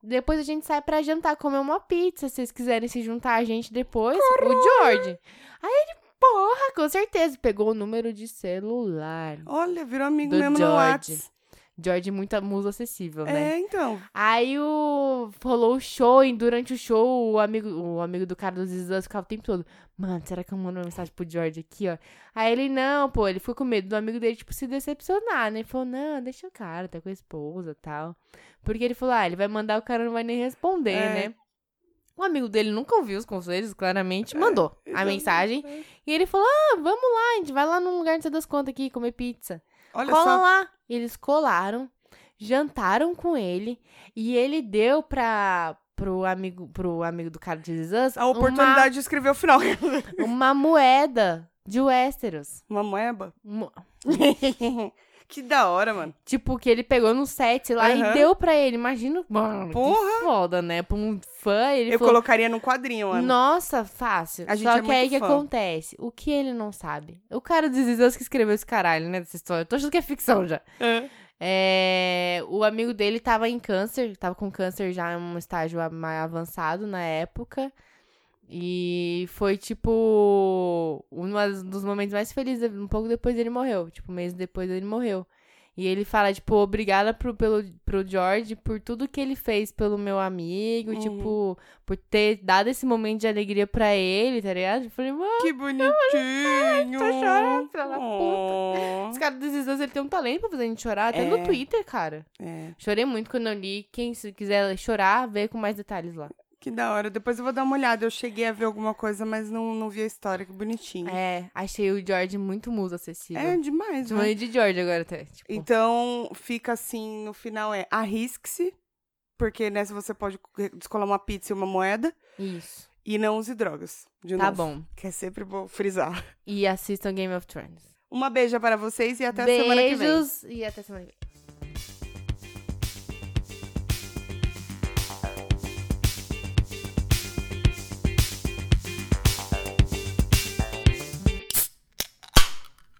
Speaker 1: depois a gente sai pra jantar, comer uma pizza, se vocês quiserem se juntar a gente depois. O George. Aí ele, porra, com certeza, pegou o número de celular.
Speaker 2: Olha, virou amigo
Speaker 1: Do
Speaker 2: mesmo no
Speaker 1: George.
Speaker 2: Whats.
Speaker 1: George, muita musa acessível, né?
Speaker 2: É, então.
Speaker 1: Aí o... rolou o show e durante o show o amigo, o amigo do cara dos exames ficava o tempo todo. Mano, será que eu mando uma mensagem pro George aqui, ó? Aí ele, não, pô, ele ficou com medo do amigo dele, tipo, se decepcionar, né? Ele falou, não, deixa o cara, tá com a esposa e tal. Porque ele falou, ah, ele vai mandar, o cara não vai nem responder,
Speaker 2: É.
Speaker 1: né? O amigo dele nunca ouviu os conselhos, claramente,
Speaker 2: É,
Speaker 1: mandou a mensagem. E ele falou, ah, vamos lá, a gente vai lá num lugar, não sei das contas aqui, comer pizza.
Speaker 2: Olha
Speaker 1: Cola
Speaker 2: só.
Speaker 1: lá. Eles colaram, jantaram com ele e ele deu pra pro amigo pro amigo do cara de Jesus
Speaker 2: A oportunidade de escrever o final.
Speaker 1: uma, uma moeda de Westeros.
Speaker 2: Uma moeba.
Speaker 1: Mo-
Speaker 2: Que da hora, mano.
Speaker 1: Tipo, que ele pegou no set lá e
Speaker 2: Aham.
Speaker 1: deu pra ele. Imagina, mano,
Speaker 2: Porra.
Speaker 1: que foda, né? Pra um fã, ele
Speaker 2: Eu
Speaker 1: falou,
Speaker 2: colocaria num quadrinho, Ana.
Speaker 1: nossa, fácil.
Speaker 2: A gente
Speaker 1: Só
Speaker 2: é
Speaker 1: que
Speaker 2: muito
Speaker 1: aí que
Speaker 2: fã.
Speaker 1: acontece? O que ele não sabe? O cara dos Deus que escreveu esse caralho, né, dessa história. Eu tô achando que é ficção já.
Speaker 2: É.
Speaker 1: É, o amigo dele tava em câncer, tava com câncer já em um estágio a- mais avançado na época. E foi, tipo, um das- dos momentos mais felizes. da- Um pouco depois ele morreu. Tipo, um mês depois ele morreu. E ele fala, tipo, obrigada pro, pelo, pro George por tudo que ele fez pelo meu amigo.
Speaker 2: Uhum.
Speaker 1: Tipo, por ter dado esse momento de alegria pra ele, tá ligado? Eu falei, mano,
Speaker 2: Que bonitinho.
Speaker 1: tô chorando, filha da
Speaker 2: Oh.
Speaker 1: os caras dos Deus, ele tem um talento pra fazer a gente chorar. Até no
Speaker 2: É.
Speaker 1: Twitter, cara.
Speaker 2: É.
Speaker 1: Chorei muito quando eu li. Quem se quiser chorar, vê com mais detalhes lá.
Speaker 2: Que da hora. Depois eu vou dar uma olhada. Eu cheguei a ver alguma coisa, mas não, não vi a história. Que bonitinho.
Speaker 1: É, achei o George muito muso acessível.
Speaker 2: É,
Speaker 1: É,
Speaker 2: demais, né?
Speaker 1: Chamei de George agora até. Tipo,
Speaker 2: Então, fica assim, no final é arrisque-se, porque nessa você pode descolar uma pizza e uma moeda,
Speaker 1: isso.
Speaker 2: e não use drogas. De
Speaker 1: Tá
Speaker 2: novo.
Speaker 1: bom.
Speaker 2: Que é sempre bom frisar.
Speaker 1: E assistam Game of Thrones.
Speaker 2: Uma beija para vocês e até a
Speaker 1: Beijos
Speaker 2: semana que vem.
Speaker 1: e até semana que vem.